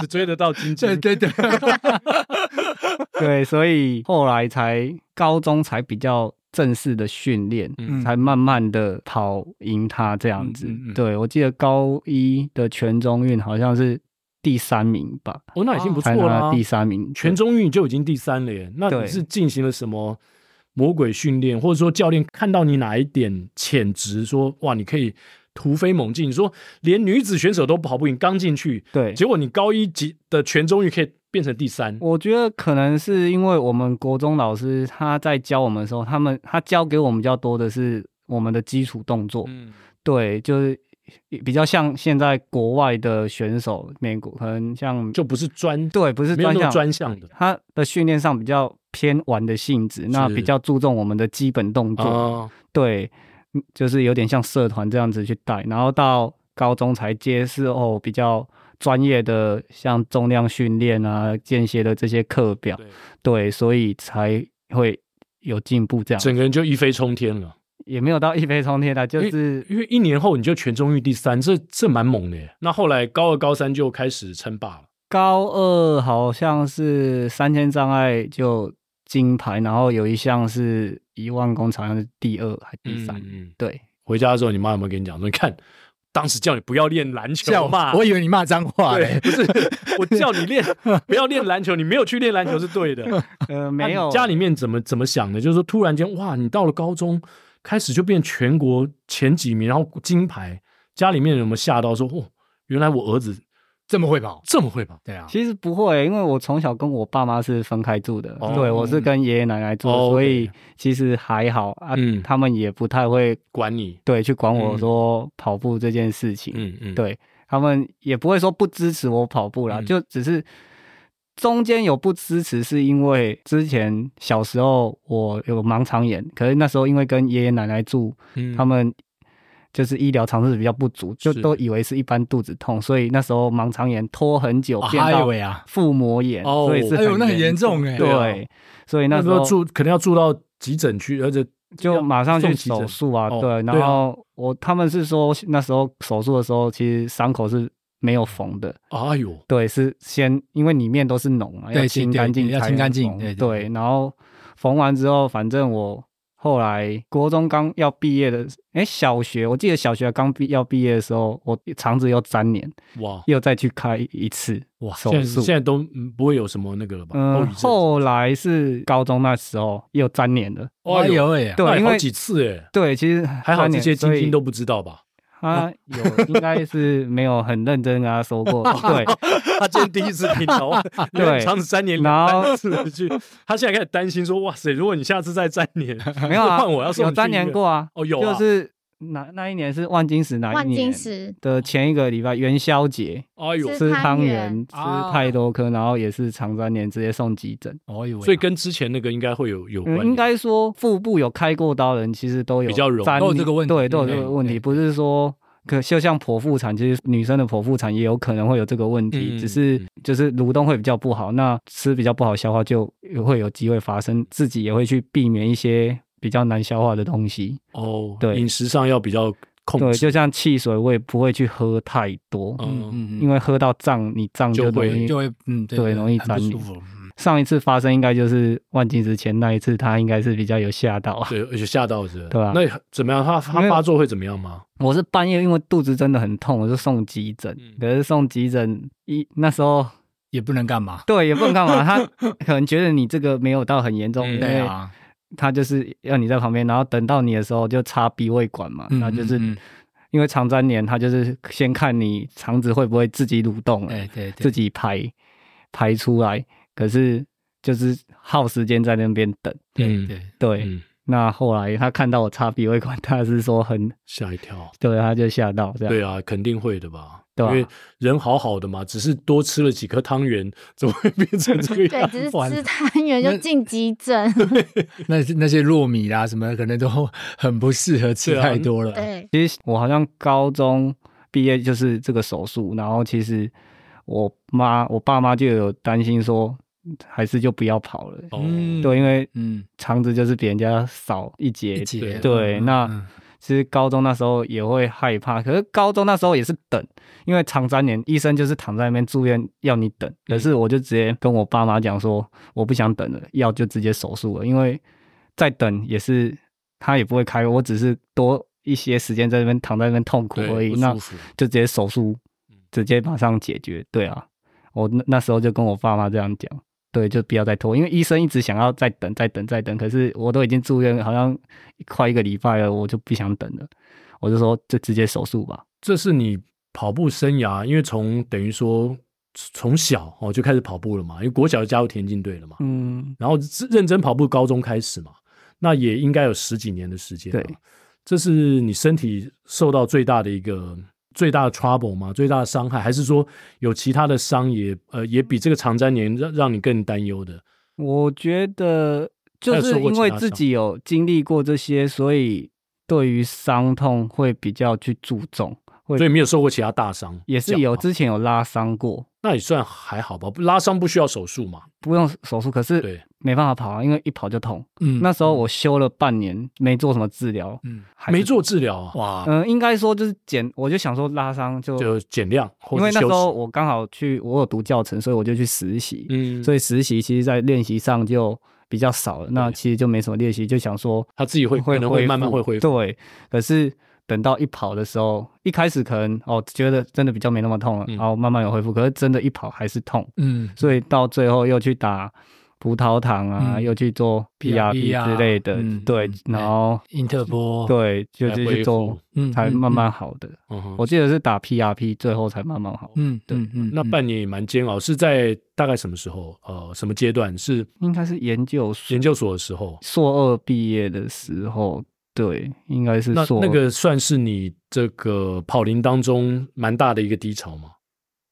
S1: 只追得到金
S6: 对
S1: 靖。
S6: 对对，
S4: 对，所以后来才高中才比较正式的训练，
S1: 嗯
S4: 才慢慢的跑赢他这样子。
S6: 嗯嗯嗯
S4: 对我记得高一的全中运好像是第三名吧，
S1: 哦，那已经不错
S4: 才拿
S1: 啦
S4: 到。第三名。
S1: 全中运就已经第三了耶，那你
S4: 对
S1: 是进行了什么魔鬼训练，或者说教练看到你哪一点潜质，说哇你可以突飞猛进？你说连女子选手都跑不赢，刚进去，
S4: 对，
S1: 结果你高一级的全中运可以变成第三，
S4: 我觉得可能是因为我们国中老师他在教我们的时候，他们他教给我们比较多的是我们的基础动作，
S1: 嗯，
S4: 对，就是比较像现在国外的选手，美国可能像
S1: 就不是专，
S4: 对，不是
S1: 没有
S4: 专
S1: 那么
S4: 项，
S1: 专项的
S4: 他的训练上比较偏玩的性质，那
S1: 是
S4: 比较注重我们的基本动
S1: 啊、
S4: 作，对，嗯就是有点像社团这样子去带，然后到高中才接是哦比较专业的，像重量训练啊、间歇的这些课表，
S1: 对
S4: 对，所以才会有进步这样，
S1: 整个人就一飞冲天了。
S4: 也没有到一飞冲天的，啊就是
S1: 因为一年后你就全中运第三，这这蛮猛的耶。那后来高二、高三就开始称霸了。
S4: 高二好像是三千障碍就金牌，然后有一项是一万公尺，好像是第二还第三，
S1: 嗯嗯
S4: 对，
S1: 回家的时候，你妈有没有跟你讲说，你看当时叫你不要练篮
S6: 叫
S1: 球嘛？
S6: 我， 我以为你骂脏话
S1: 对，
S6: 嘞，
S1: 不是我叫你练不要练篮球，你没有去练篮球是对的。
S4: 呃，
S1: 那
S4: 没
S1: 你
S4: 有
S1: 家里面怎么怎么想的？就是说突然间哇，你到了高中开始就变全国前几名，然后金牌，家里面有没有吓到说，哦，原来我儿子
S3: 这么会跑，
S1: 这么会跑？
S3: 对啊，
S4: 其实不会、因为我从小跟我爸妈是分开住的，
S1: 哦
S4: 对我是跟爷爷奶奶住，
S1: 哦
S4: 所以其实还好啊，
S1: 嗯
S4: 他们也不太会
S1: 管你，
S4: 对去管我
S1: 嗯
S4: 说跑步这件事情，
S1: 嗯嗯，
S4: 对他们也不会说不支持我跑步啦，
S1: 嗯
S4: 就只是中间有不支持，是因为之前小时候我有盲肠炎，可是那时候因为跟爷爷奶奶住，
S1: 嗯
S4: 他们就是医疗常识比较不足，就是都以为是一般肚子痛，所以那时候盲肠炎拖很久，变
S3: 哎
S4: 到
S3: 呦呀，
S4: 腹膜炎，
S1: 啊哦
S4: 所以是
S3: 哎呦，那很严重哎、
S1: 对啊
S4: 对，所以那
S1: 那
S4: 时
S1: 时候
S4: 候
S1: 住可能要住到急诊区，而且
S4: 就马上去
S1: 送急
S4: 手
S1: 诊
S4: 术啊，
S1: 哦
S4: 对，
S1: 对
S4: 然
S1: 啊
S4: 后我他们是说那时候手术的时候，其实伤口是没有缝的，
S1: 哎呦，
S4: 对，是先因为里面都是脓嘛，
S3: 对
S4: 要
S3: 清
S4: 清干
S3: 对
S4: 净，
S3: 对要清干净对
S4: 对
S3: 对
S4: 然后缝完之后，反正我后来国中刚要毕业的，哎，小学我记得小学刚毕要毕业的时候，我肠子又粘连，
S1: 哇
S4: 又再去开一次
S1: 哇，
S4: 手
S1: 现在
S4: 术
S1: 现。在都嗯不会有什么那个了吧？后
S4: 嗯，
S1: 遗症，
S4: 后来是高中那时候又粘连了，
S3: 哎呦喂呀、
S4: 对
S1: 那也
S4: 因
S1: 好
S4: 为
S1: 几次哎，
S4: 对，其实
S1: 还好这些
S4: 经
S1: 晶
S4: 经
S1: 晶都不哦知道 吧？
S4: 他啊有应该是没有很认真跟他说过， 对，
S1: 他今天第一次听 到，因为长子三年
S4: 然后
S1: 两次去，他现在开始担心说：“哇塞，如果你下次再粘连，
S4: 没有啊，
S1: 换我要送
S4: 有
S1: 你去
S4: 三
S1: 医院
S4: 年过啊，
S1: 哦有啊
S4: 就是哪那一年是万金石哪一
S5: 万
S4: 年？
S5: 金石
S4: 的前一个礼拜元宵节
S1: 哎呦
S5: 是，
S4: 吃
S5: 汤
S4: 汤
S5: 圆
S4: 圆，吃
S3: 啊
S4: 太多
S1: 哦
S4: 颗，然后也是长三年直接送急诊。
S3: 哎呦喂呀，
S1: 所以跟之前那个应该会有有关
S4: 嗯，
S1: 联，
S4: 应该说腹部有开过刀的人，其实都有
S1: 比较容易
S4: 沾
S3: 都有这个问题
S4: 对，都有
S3: 对
S1: 嗯
S4: 这个问
S3: 对
S4: 题，不是说。可就像剖腹产，其实女生的剖腹产也有可能会有这个问题，
S1: 嗯
S4: 只是就是蠕动会比较不好，那吃比较不好消化就会有机会发生，自己也会去避免一些比较难消化的东西。
S1: 哦，
S4: 对
S1: 饮食上要比较控
S4: 对，
S1: 制，
S4: 就像汽水，我也不会去喝太多，
S1: 嗯，
S3: 嗯嗯，
S4: 因为喝到胀，你胀
S1: 就
S4: 容
S1: 会
S4: 易
S3: 就会嗯对
S4: 对容易
S3: 很不
S4: 粘
S3: 舒
S4: 连
S3: 服，嗯
S4: 上一次发生应该就是万金石前那一次，他应该是比较有吓到。啊
S1: 对，而且吓到是，
S4: 对啊
S1: 那怎么样？他
S4: 因
S1: 他
S4: 为
S1: 发作会怎么样吗？
S4: 我是半夜因为肚子真的很痛，我就送急诊。
S1: 嗯
S4: 可是送急诊一那时候
S3: 也不能干嘛，
S4: 对也不能 干嘛，他可能觉得你这个没有到很严重，
S1: 嗯
S4: 因
S3: 对
S4: 为
S3: 啊，
S4: 他就是要你在旁边，然后等到你的时候就插鼻胃管嘛，
S3: 嗯
S4: 然后就是。
S3: 嗯嗯
S4: 因为肠粘连，他就是先看你肠子会不会自己蠕动了，
S3: 对哎对对，
S4: 自己排排出来，可是就是耗时间在那边等。
S1: 嗯，
S3: 对
S4: 对，
S1: 嗯，
S4: 那后来他看到我插鼻胃管， 他是说很
S1: 吓一跳。
S4: 对，他就吓到这样。
S1: 对啊，肯定会的吧？
S4: 对啊
S1: 因为人好好的嘛，只是多吃了几颗汤圆，怎么会变成这个
S5: 对，
S1: 样？
S5: 只是
S3: 完
S5: 吃汤圆就进 急诊，
S3: 那那些糯米啦什么，可能都很不适合吃
S1: 对啊
S3: 太多了。
S5: 对，
S4: 其实我好像高中毕业就是这个手术，然后其实我妈我爸妈就有担心说，还是就不要跑了。
S1: 哦
S3: 嗯
S4: 对，因为
S3: 嗯，
S4: 肠子就是比人家少一截，
S3: 一节
S4: 对，
S3: 嗯
S4: 那。
S3: 嗯
S4: 其实高中那时候也会害怕，可是高中那时候也是等，因为长三年医生就是躺在那边住院要你等，可
S1: 嗯
S4: 是我就直接跟我爸妈讲说我不想等了，要就直接手术了，因为再等也是他也不会开，我只是多一些时间在那边躺在那边痛苦
S1: 对
S4: 而已，
S1: 不
S4: 那
S1: 舒服
S4: 就直接手术，直接马上解决。对啊，我那那时候就跟我爸妈这样讲。对，就不要再拖，因为医生一直想要再等、再等、再等，可是我都已经住院好像快一个礼拜了，我就不想等了，我就说就直接手术吧。
S1: 这是你跑步生涯，因为从等于说从小哦就开始跑步了嘛，因为国小就加入田径队了嘛，
S4: 嗯，
S1: 然后是认真跑步，高中开始嘛，那也应该有十几年的时间。
S4: 对，
S1: 这是你身体受到最大的一个最大的 trouble 吗？最大的伤害，还是说有其他的伤也呃也比这个长粘连让让你更担忧的？
S4: 我觉得就是因为自己有经历过这些，所以对于伤痛会比较去注重，会
S1: 所以没有受过其他大伤，
S4: 也
S1: 这
S4: 是
S1: 样
S4: 有
S1: 吗
S4: 之前有拉伤过，
S1: 那也算还好吧，拉伤不需要手术嘛？
S4: 不用手术，可是
S1: 对，
S4: 没办法跑啊，因为一跑就痛。
S3: 嗯
S4: 那时候我休了半年，没做什么治疗，
S3: 嗯
S4: 还是
S1: 没做治疗啊，
S3: 哇，
S4: 嗯，应该说就是减，我就想说拉伤就，
S1: 就减量或
S4: 因为
S1: 者
S4: 那
S1: 休
S4: 时候
S1: 息。
S4: 我刚好去，我有读教程，所以我就去实习，
S1: 嗯，
S4: 所
S1: 以
S4: 以实习其实在练习上就比较少了，那其实就没什么练习，就想说
S1: 他自己会可
S4: 会
S1: 能
S4: 恢
S1: 会
S4: 复
S1: 慢慢会恢复。
S4: 对，可是等到一跑的时候，一开始可能哦觉得真的比较没那么痛了，哦
S1: 嗯
S4: 然后慢慢有恢复，可是真的一跑还是痛，
S3: 嗯，
S4: 所以到最后又去打葡萄糖啊，
S3: 嗯
S4: 又去做
S3: PRP 啊
S4: PRP 之类的，
S3: 嗯
S4: 对
S3: 嗯，哦
S4: 然后
S3: 英特波，
S4: 对，就
S1: 来
S4: 是
S1: 恢
S4: 去做
S1: 复，
S3: 嗯
S4: 才
S3: 嗯
S4: 慢慢好的。
S1: 嗯哼
S4: 我记得是打 PRP，最后才慢慢好。
S3: 嗯嗯嗯嗯
S1: 那半年也蛮煎熬，是在大概什么时候？呃，什么阶段？是
S4: 应该是研究所
S1: 研究所的时候？
S4: 硕二毕业的时候，对，应该是
S1: 那
S4: 硕
S1: 那
S4: 二
S1: 个算是你这个跑龄当中蛮大的一个低潮吗？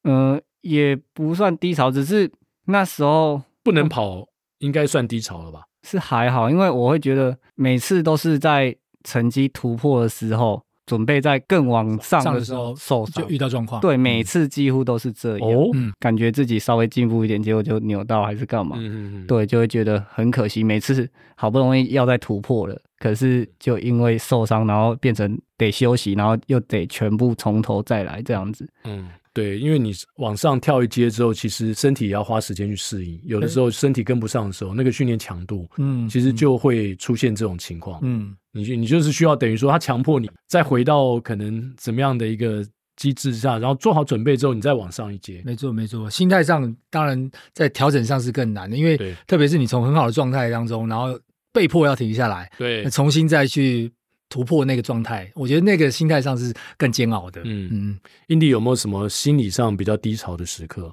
S4: 呃，也不算低潮，只是那时候
S1: 不能跑，应该算低潮了吧？
S4: 是还好，因为我会觉得每次都是在成绩突破的时候，准备在更往上
S3: 上
S4: 的
S3: 的
S4: 时
S3: 时
S4: 候
S3: 候
S4: 受伤
S3: 就。遇到状况，
S4: 对，每次几乎都是这样，
S1: 嗯哦，嗯
S3: 嗯
S4: 感觉自己稍微进步一点，结果就扭到还是干嘛？
S1: 嗯嗯，
S4: 对，就会觉得很可惜。每次好不容易要再突破了，可是就因为受伤，然后变成得休息，然后又得全部从头再来这样子。
S1: 嗯，对，因为你往上跳一阶之后，其实身体也要花时间去适应，有的时候身体跟不上的时候，那个训练强度。
S3: 嗯，
S1: 其实就会出现这种情况，
S3: 嗯
S1: 你就你就是需要等于说他强迫你再回到可能怎么样的一个机制下，然后做好准备之后，你再往上一阶。
S3: 没错，没错，心态上当然在调整上是更难的，因为
S1: 对
S3: 特别是你从很好的状态当中，然后被迫要停下来，
S1: 对
S3: 那重新再去突破那个状态，我觉得那个心态上是更煎熬的。
S1: 嗯
S3: 嗯，
S1: ，Indy 有没有什么心理上比较低潮的时刻，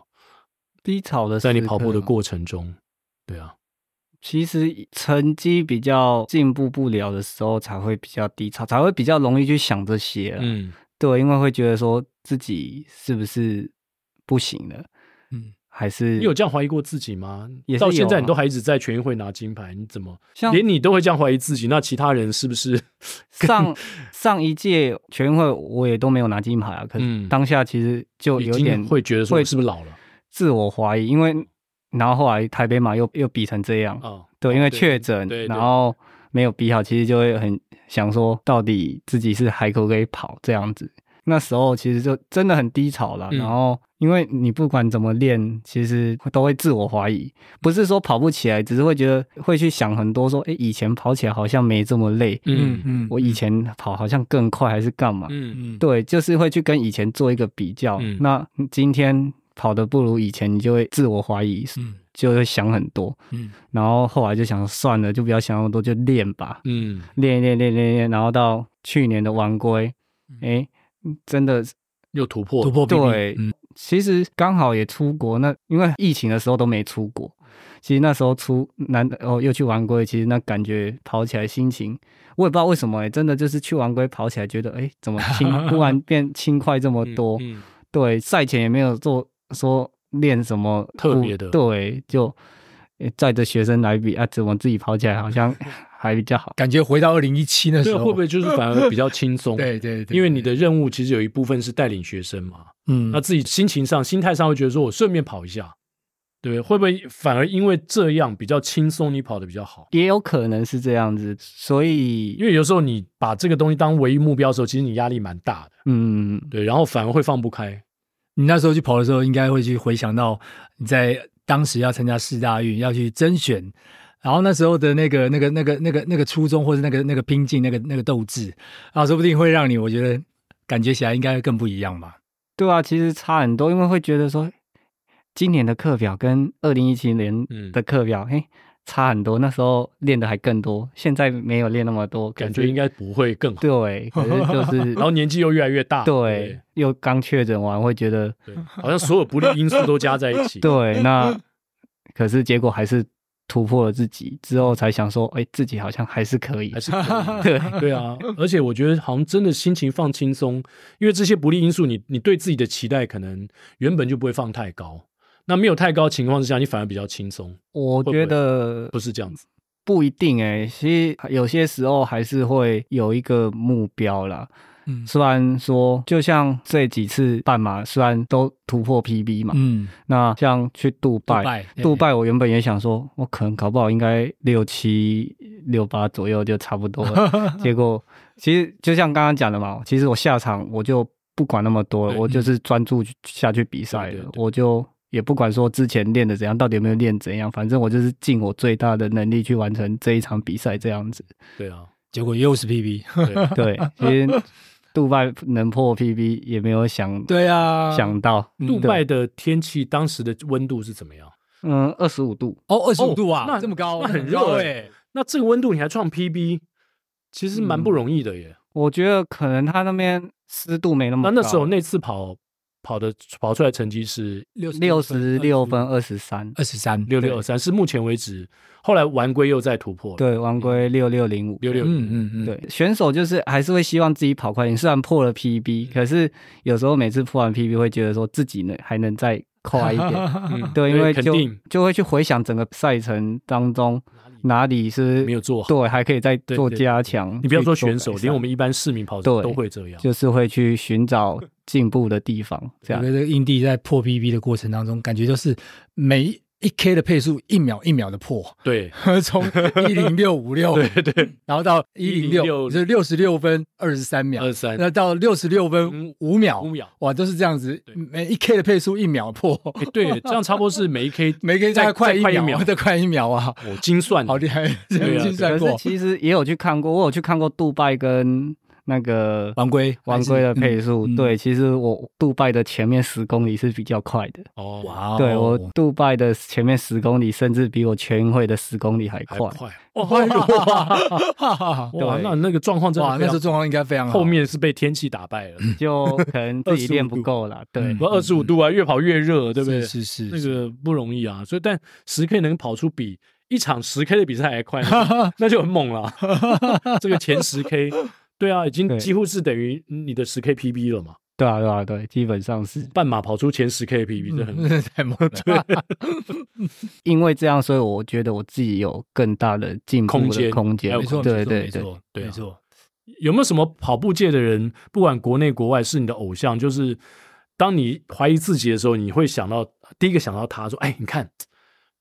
S4: 低潮的时
S1: 在
S4: 刻
S1: 你跑步的
S4: 嘛
S1: 过程中？对啊，
S4: 其实成绩比较进步不了的时候，才会比较低潮，才会比较容易去想这些啦。
S1: 嗯，
S4: 对，啊因为会觉得说自己是不是不行了，
S3: 嗯，
S4: 还是
S1: 你有这样怀疑过自己吗
S4: 也？是
S1: 到现在
S4: 有
S1: 你
S4: 啊
S1: 都还一直在全运会拿金牌，你怎么
S4: 像
S1: 连你都会这样怀疑自己？那其他人是不是？
S4: 上上一届全运会我也都没有拿金牌啊，可
S1: 嗯
S4: 是当下其实就
S1: 已
S4: 有
S1: 经
S4: 点
S1: 会觉得说我是不是老了
S4: 自我怀疑，因为然后后来台北马又又比成这样，
S1: 啊？
S4: 对，因为确
S1: 哦
S4: 诊
S1: 对对，
S4: 然后没有比好，其实就会很想说，到底自己是还可不可以跑这样子。那时候其实就真的很低潮了，
S1: 嗯
S4: 然后因为你不管怎么练，其实都会自我怀疑，不是说跑不起来，只是会觉得会去想很多说，诶，以前跑起来好像没这么累，
S1: 嗯
S3: 嗯
S4: 我以前跑好像更快还是干嘛？
S1: 嗯
S3: 嗯
S4: 对，就是会去跟以前做一个比较。
S1: 嗯
S4: 那今天跑得不如以前，你就会自我怀疑，
S3: 嗯
S4: 就会想很多。
S3: 嗯
S4: 然后后来就想算了，就不要想那么多，就练吧，
S1: 嗯
S4: 练一练练一练练。然后到去年的晚归，
S3: 嗯
S4: 哎、真的
S1: 又突破
S3: 突破 BB，
S4: 对，
S3: 嗯
S4: 其实刚好也出国，那因为疫情的时候都没出国。其实那时候出难得哦，又去玩龟，其实那感觉跑起来心情，我也不知道为什么哎、真的就是去玩龟跑起来，觉得哎、怎么轻， 忽然变轻快这么
S1: 嗯
S4: 多？
S1: 嗯
S4: 对，赛前也没有做说练什么
S1: 特
S4: 不
S1: 别的
S4: 对，就呃载着学生来比啊，怎么自己跑起来好像还比较好。
S3: 感觉回到二零一七那
S1: 对
S3: 时
S1: 啊，
S3: 候，
S1: 会不会就是反而比较轻 松？
S3: 对对对，
S1: 因为你的任务其实有一部分是带领学生嘛，
S3: 嗯
S1: 那自己心情上、心态上会觉得说我顺便跑一下，对不对？会不会反而因为这样比较轻松，你跑得比较好？
S4: 也有可能是这样子，所以
S1: 因为有时候你把这个东西当唯一目标的时候，其实你压力蛮大的，
S4: 嗯，
S1: 对，然后反而会放不开。
S3: 你那时候去跑的时候，应该会去回想到你在当时要参加四大运，要去甄选，然后那时候的那个、那个、那个、那个、那个初衷，或者那个、那个拼劲、那个、那个斗志，啊，说不定会让你，我觉得感觉起来应该更不一样吧。
S4: 对啊，其实差很多，因为会觉得说今年的课表跟二零一七年
S1: 嗯
S4: 的课表，嘿、差很多。那时候练的还更多，现在没有练那么多，
S1: 感觉应
S4: 该
S1: 该不会更好。
S4: 对，可是 就是
S1: 然后年纪又越来越大，
S4: 对，又刚确诊完，会觉得
S1: 对，对好像所有不利因素都加在一起。
S4: 对，那可是结果还是突破了自己，之后才想说，哎、自己好像还是可以
S1: 还。是可以
S4: 对，
S1: 对啊，而且我觉得好像真的心情放轻松，因为这些不利因素你，你对自己的期待可能原本就不会放太高，那没有太高情况之下，你反而比较轻松，
S4: 我
S1: 不会
S4: 觉得
S1: 不是这样子。
S4: 不一定哎、其实有些时候还是会有一个目标啦。
S3: 嗯
S4: 虽然说，就像这几次半马，虽然都突破 PB 嘛，
S3: 嗯，
S4: 那像去
S3: 杜
S4: 杜拜，
S3: 拜，
S4: 杜拜我原本也想说，我可能搞不好应该六七六八左右就差不多了。 结果其实就像刚刚讲的嘛，其实我下场我就不管那么多了，
S1: 对嗯
S4: 我就是专注去下去比赛
S1: 对对
S4: 了，
S1: 对
S4: 我就也不管说之前练的怎样，到底有没有练怎样，反正我就是尽我最大的能力去完成这一场比赛这样子。
S1: 对啊，
S3: 结果又是 PB。
S1: 对啊
S4: 对，其实杜拜能破 PB 也没有想
S3: 对啊，
S4: 呃想到，
S1: 杜拜的天气当时的温度是怎么样？
S4: 嗯，二十五度，
S3: 哦，二十五度
S1: 哦
S3: 啊，
S1: 那
S3: 这么高，
S1: 那很
S3: 高
S1: 热欸
S3: 哎。
S1: 那这个温度你还创 PB，其实
S4: 嗯
S1: 蛮不容易的耶。
S4: 我觉得可能他那边湿度
S3: 嗯
S4: 没那么
S1: 那
S4: 高。
S1: 那时候那次跑跑的跑出来成绩是
S3: 六
S4: 六十六分二十三，
S3: 二十三
S1: 六六二三，是目前为止。后来玩归又再突破了，
S4: 对，王归六六零五，
S1: 六六
S3: 嗯嗯嗯，
S4: 对，选手就是还是会希望自己跑快一点，虽然破了
S1: 嗯
S4: PB，可是有时候每次破完 PB 会觉得说自己呢还能再 快一点。
S1: 嗯
S4: 对，因为
S1: 肯
S4: 就
S1: 定
S4: 就会去回想整个赛程当中哪里是
S1: 没有做好。
S4: 对，还可以再
S1: 对
S4: 做
S1: 对
S4: 加强。
S1: 你不要
S4: 去
S1: 说
S4: 做
S1: 选
S4: 改
S1: 手，
S4: 善
S1: 连我们一般市民跑者
S4: 对
S1: 都会这样。
S4: 就是会去寻找进步的地方，这
S3: 我
S4: 样
S3: 觉。得这个印地在破 PB 的过程当中，感觉就是每一 K 的配速一秒一秒的破，
S1: 对，
S3: 从一零六五六，对对，然后到一
S1: 106
S3: 零六，就是六十六分二十三秒
S1: 二，三嗯
S3: 那到六十六分五秒
S1: 五，秒。
S3: 哇，都是这样子
S1: 对，
S3: 每一 K 的配速一秒破，
S1: 哎，对，这样差不多是每一 K
S3: 每 K 大
S1: 再
S3: 概快
S1: 再
S3: 一
S1: 快一
S3: 秒，
S1: 秒
S3: 再快一秒啊，
S1: 我精算的
S3: 好厉害，这
S1: 对啊
S3: 样计
S4: 可
S3: 算
S4: 是
S3: 过。
S4: 其实也有去看过，我有去看过杜拜跟那个
S3: 王龟，
S4: 王龟的配速。
S3: 嗯嗯
S4: 对，其实我杜拜的前面十公里是比较快的。
S1: 哦，
S3: 哇哦，
S4: 对我杜拜的前面十公里，甚至比我全运会的十公里还
S1: 还
S4: 快。
S1: 快哦 哇！哇，
S4: 对
S1: 那那个状况真的
S3: 哇，
S1: 非
S3: 那
S1: 常
S3: 时候状况应该非常好。
S1: 后面是被天气打败了，
S4: 就可能自己练不够 啦。对，
S3: 嗯
S1: 不二十五度啊，越跑越热，对不对？
S3: 是是
S1: 那
S3: 是，
S1: 个不容易啊，所以但十 K 能跑出比一场十 K 的比赛还快， 那就很猛了。 这个前十 K，对啊，已经
S4: 对
S1: 几乎是等于你的十 K PB 了嘛，
S4: 对啊，对啊，对，基本上是
S1: 半马跑出前十 K PB，这很
S3: 嗯 太猛了。
S4: 因为这样，所以我觉得我自己有更大的进步
S1: 空间
S4: 的空间。
S1: 还有
S3: 没错，没
S4: 对
S3: 错
S4: 对
S3: 没
S4: 对。
S3: 错，
S1: 对啊
S3: 没错。
S1: 有没有什么跑步界的人，不管国内国外，是你的偶像？就是当你怀疑自己的时候，你会想到第一个想到他，说：“哎，你看，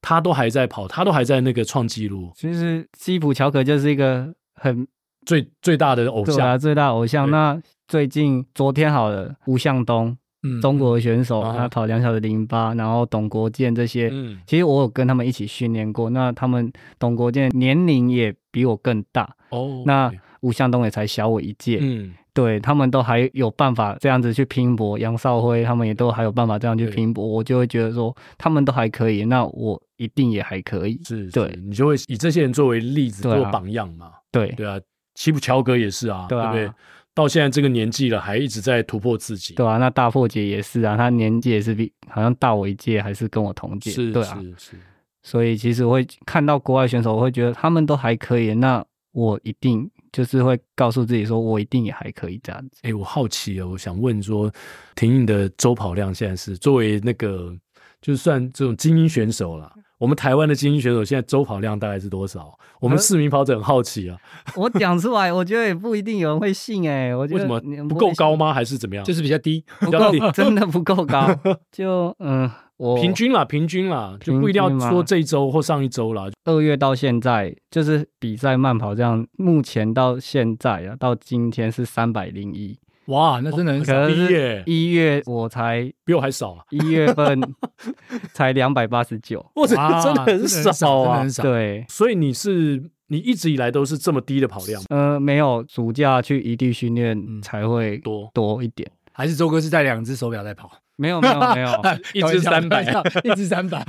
S1: 他都还在跑，他都还在那个创纪录，
S4: 其实基普乔克就是一个很
S1: 最最大的偶
S4: 对我来
S3: 啊
S1: 像。
S4: 说最大偶像。
S1: 对
S4: 那最近昨天好了，吴向东，
S3: 嗯
S4: 中国的选手，
S1: 啊哈
S4: 他跑两小时零八，然后董国建这些，
S1: 嗯
S4: 其实我有跟他们一起训练过。那他们董国建年龄也比我更大，”
S1: 哦，
S4: 那吴向东也才小我一届，
S1: 嗯，
S4: 对他们都还有办法这样子去拼搏，杨少辉他们也都还有办法这样去
S1: 对
S4: 拼搏，我就会觉得说他们都还可以，那我一定也还可以。
S1: 是，
S4: 对
S1: 是你就会以这些人作为例子，
S4: 对啊
S1: 做榜样嘛。
S4: 对
S1: 对啊，齐普乔格也是啊，
S4: 对啊
S1: 不对？到现在这个年纪了，还一直在突破自己。
S4: 对啊，那大破姐也是啊，她年纪也是比好像大我一届，还是跟我同届，
S1: 是，
S4: 对啊，
S1: 是是。
S4: 所以其实我会看到国外选手，我会觉得他们都还可以，那我一定就是会告诉自己说，我一定也还可以这样子。
S1: 哎、我好奇哦，我想问说，婷颖的周跑量现在是作为那个，就算这种精英选手啦，我们台湾的精英选手现在周跑量大概是多少？我
S4: 呃
S1: 们市民跑者很好奇啊，
S4: 我讲出来，我觉得也不一定有人会信哎、我觉
S1: 为
S4: 得
S1: 什么
S4: 你们
S1: 不
S4: 会
S1: 够高
S4: 信？
S1: 吗？还是怎么样？
S3: 就是比较低，
S1: 不
S4: 不 够，真的不够 高。就嗯，我
S1: 平均啦，平均啦，就
S4: 平
S1: 不一定要
S4: 均吗
S1: 说这一周或上一周啦。
S4: 二月到现在，就是比赛慢跑这样，目前到现在啊，到今天是三百零一，
S3: 哇，那真的很
S4: 可
S3: 少。
S4: 能
S1: 低耶
S4: 是一月我才
S1: 比我还少啊！
S4: 一月 份才两百八十九，
S1: 哇，这
S3: 哇
S1: 啊真的很少
S3: 真的
S1: 啊
S3: 很！少。
S4: 对，
S1: 所以你是你一直以来都是这么低的跑量吗
S4: 呃，没有暑假去异地训练
S3: 嗯
S4: 才会
S1: 多
S4: 多一 点，
S3: 还是周哥是带两只手表在跑，
S4: 没有没有没有，
S1: 哦 一只三百，
S3: 一只三百，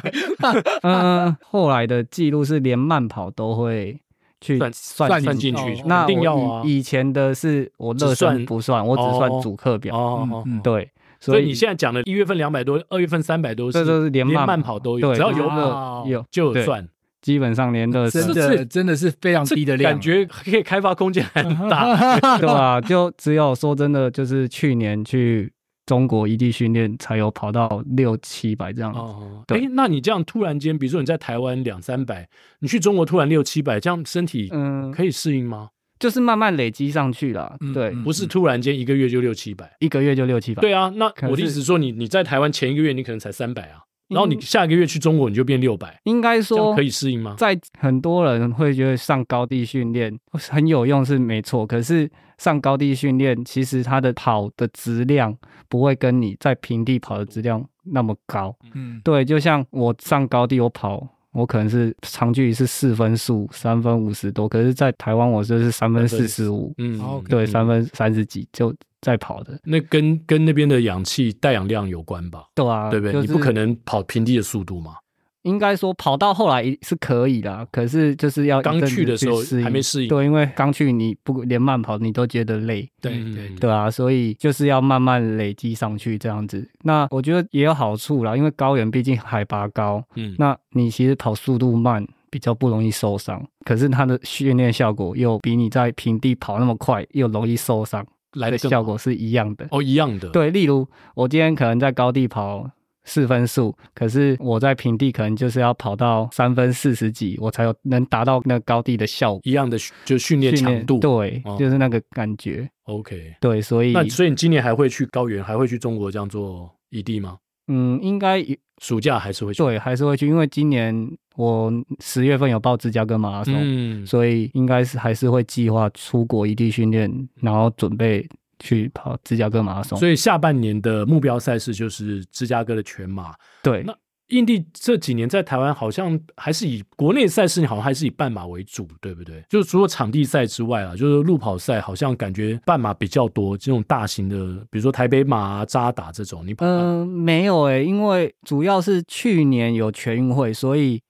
S4: 嗯、后来的记录是连慢跑都会去
S1: 算
S4: 算
S1: 算进
S4: 进
S1: 去
S3: 哦，
S4: 那
S1: 一定
S4: 我
S1: 要啊！
S4: 以以前的是我
S1: 只
S4: 热
S1: 算
S4: 身不算，我只算
S1: 哦
S4: 主课表，
S1: 哦
S3: 嗯
S1: 哦，
S3: 嗯
S1: 哦
S4: 对，
S1: 所
S4: 所
S1: 以你现在讲的一月份两百多，二月份三百多，
S4: 这都是连
S1: 连
S4: 慢
S1: 慢跑都有，
S4: 对
S1: 只要
S4: 就
S1: 有
S4: 是热
S3: 哇
S4: 有
S1: 就有
S4: 对
S1: 算，
S4: 基本上连热
S3: 真
S4: 身，
S1: 是
S3: 的真的是非常
S1: 这
S3: 低的量，
S1: 感觉可以开发空间很大。哦
S4: 对吧？就只有说真的，就是去年去中国异地训练才有跑到六七百这样子。
S1: 哦，
S4: 对
S1: 哎，那你这样突然间，比如说你在台湾两三百，你去中国突然六七百，这样身体
S4: 嗯，
S1: 可以适应吗？
S4: 就是慢慢累积上去啦。
S3: 嗯
S4: 对，
S3: 嗯
S1: 不是突然间一个月就六七百。
S4: 一个月就六七百。
S1: 对啊，那
S4: 可
S1: 我的意
S4: 是
S1: 思是说你，你在台湾前一个月你可能才三百啊，
S4: 嗯
S1: 然后你下一个月去中国你就变六百，
S4: 应该
S1: 这样
S4: 说
S1: 可以适应吗？
S4: 在很多人会觉得上高地训练很有用是没错，可是上高地训练其实它的跑的质量不会跟你在平地跑的质量那么高。
S3: 嗯，
S4: 对，就像我上高地我跑，我可能是长距离是四分速，三分五十多，可是在台湾我就是三分四十五，
S1: 嗯
S3: 好
S4: 对，
S1: 嗯
S4: 三分三十几就在跑的。
S1: 那跟跟那边的氧气带氧量有关吧？
S4: 对啊，
S1: 对不对？
S4: 就是
S1: 你不可能跑平地的速度嘛。
S4: 应该说跑到后来一是可以啦，可是就是要一
S1: 刚
S4: 阵子
S1: 去的时候
S4: 适应
S1: 还没适应
S4: 对，因为刚去你不连慢跑你都觉得累，
S3: 对
S1: 嗯
S3: 对
S4: 对啊，所以就是要慢慢累积上去这样子。那我觉得也有好处啦，因为高原毕竟海拔高，
S1: 嗯，
S4: 那你其实跑速度慢比较不容易受伤，可是它的训练效果又比你在平地跑那么快又容易受伤
S1: 来
S4: 的
S1: 的更
S4: 效果是一样的。
S1: 哦一样的，
S4: 对，例如我今天可能在高地跑四分速，可是我在平地可能就是要跑到三分四十几，我才有能达到那高地的效果。
S1: 一样的就训练强度。
S4: 对，
S1: 哦
S4: 就是那个感觉。
S1: ，OK。
S4: 对，所以
S1: 那所以你今年还会去高原，还会去中国这样做异地吗？
S4: 嗯，应该
S1: 暑假还是会去？
S4: 对，还是会去，因为今年我十月份有报芝加哥马拉松，
S1: 嗯，
S4: 所以应该是还是会计划出国异地训练，然后准备去跑芝加哥马拉松。
S1: 所以下半年的目标赛事就是芝加哥的全马。
S4: 对，
S1: 那印地这几年在台湾好像还是以国内赛事，好像还是以半马为主，对不对？就是除了场地赛之外啊，就是路跑赛，好像感觉半马比较多。这种大型的，比如说台北马啊、扎达这种，你跑、
S4: 嗯、没有诶、因为主要是去年有全运会，所以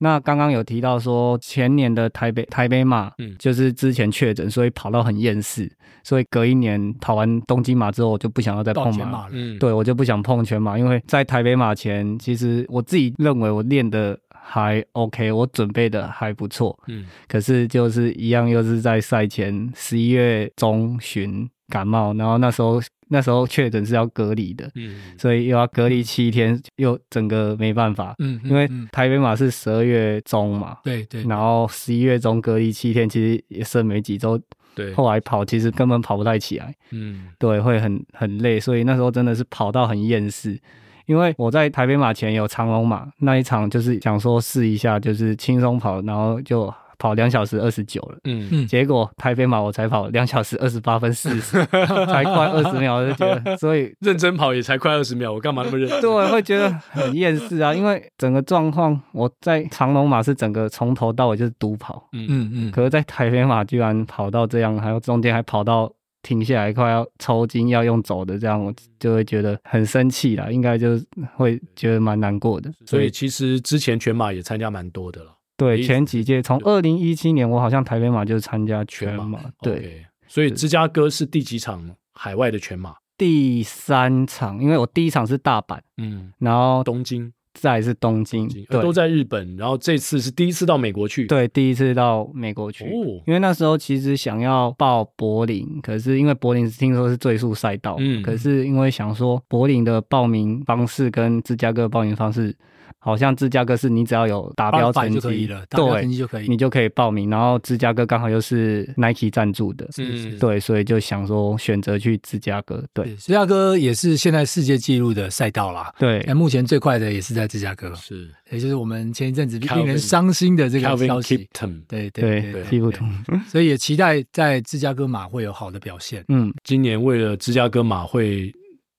S4: 那刚刚有提到说前年的台北台北马，
S1: 嗯
S4: 嗯，就是之前确诊，所以跑到很厌世，所以隔一年跑完东京马之后，我就不想要再
S3: 到
S4: 碰
S3: 全
S4: 马
S3: 马了，
S1: 嗯，
S4: 对我就不想碰全马，因为在台北马前，其实我自己认为我练的还 OK，我准备的还不错，
S1: 嗯，
S4: 可是就是一样，又是在赛前十一月中旬感冒，然后那时候那时候确诊是要隔离的，
S1: 嗯
S4: 所以又要隔离七天，又整个没办法，
S3: 嗯，嗯
S4: 因为
S3: 嗯
S4: 台北马是十二月中嘛，
S3: 对对，
S4: 然后十一月中隔离七天，其实也剩没几周，
S1: 对，
S4: 后来跑其实根本跑不太起来。
S1: 嗯
S4: 对，会很很累，所以那时候真的是跑到很厌世。因为我在台北马前有长龙马那一场，就是想说试一下，就是轻松跑，然后就跑两小时二十九了。
S1: 嗯，
S4: 结果台北马我才跑两小时二十八分四十， 才快二十秒，我就觉得，所以
S1: 认真跑也才快二十秒，我干嘛那么认？
S4: 对啊会觉得很厌世啊。因为整个状况，我在长龙马是整个从头到尾就是独跑，
S1: 嗯
S3: 嗯嗯，
S4: 可是，在台北马居然跑到这样，还有中间还跑到停下来，快要抽筋，要用走的这样，我就会觉得很生气啦，应该就是会觉得蛮难过的。
S1: 所以其实之前全马也参加蛮多的了，
S4: 对
S1: 意思
S4: 前几届，从二零一七年，我好像台北马就是参加
S1: 全
S4: 全
S1: 马
S4: 马，对
S1: OK，所以芝加哥是第几场海外的全马？
S4: 第三场，因为我第一场是大阪，
S1: 嗯，
S4: 然后
S1: 东京，
S4: 再来是东京，
S1: 呃
S4: 对，
S1: 都在日本，然后这次是第一次到美国去，
S4: 对，第一次到美国去。
S1: 哦，
S4: 因为那时候其实想要报柏林，可是因为柏林听说是最速赛道，
S1: 嗯
S4: 可是因为想说柏林的报名方式跟芝加哥报名方式，好像芝加哥是你只要有达标
S3: 八百
S4: 成
S3: 就可以
S4: 绩
S3: 了，达标成
S4: 对，
S3: 绩就可以，
S4: 你就可以报名，然后芝加哥刚好又是 Nike 赞助的，
S1: 嗯，
S4: 对，所以就想说选择去芝加哥，对
S3: 对，芝加哥也是现在世界纪录的赛道啦。
S4: 对
S3: 那目前最快的也是在芝加哥，
S1: 是
S3: 也就是我们前一阵子
S1: Calvin-
S3: 令人伤心的这个
S1: Calvin
S3: 消息。
S1: Kipton。
S3: 对对
S4: 对
S3: 对，
S4: 屁股痛，
S3: 所以也期待在芝加哥马会有好的表现。
S4: 嗯，
S1: 今年为了芝加哥马会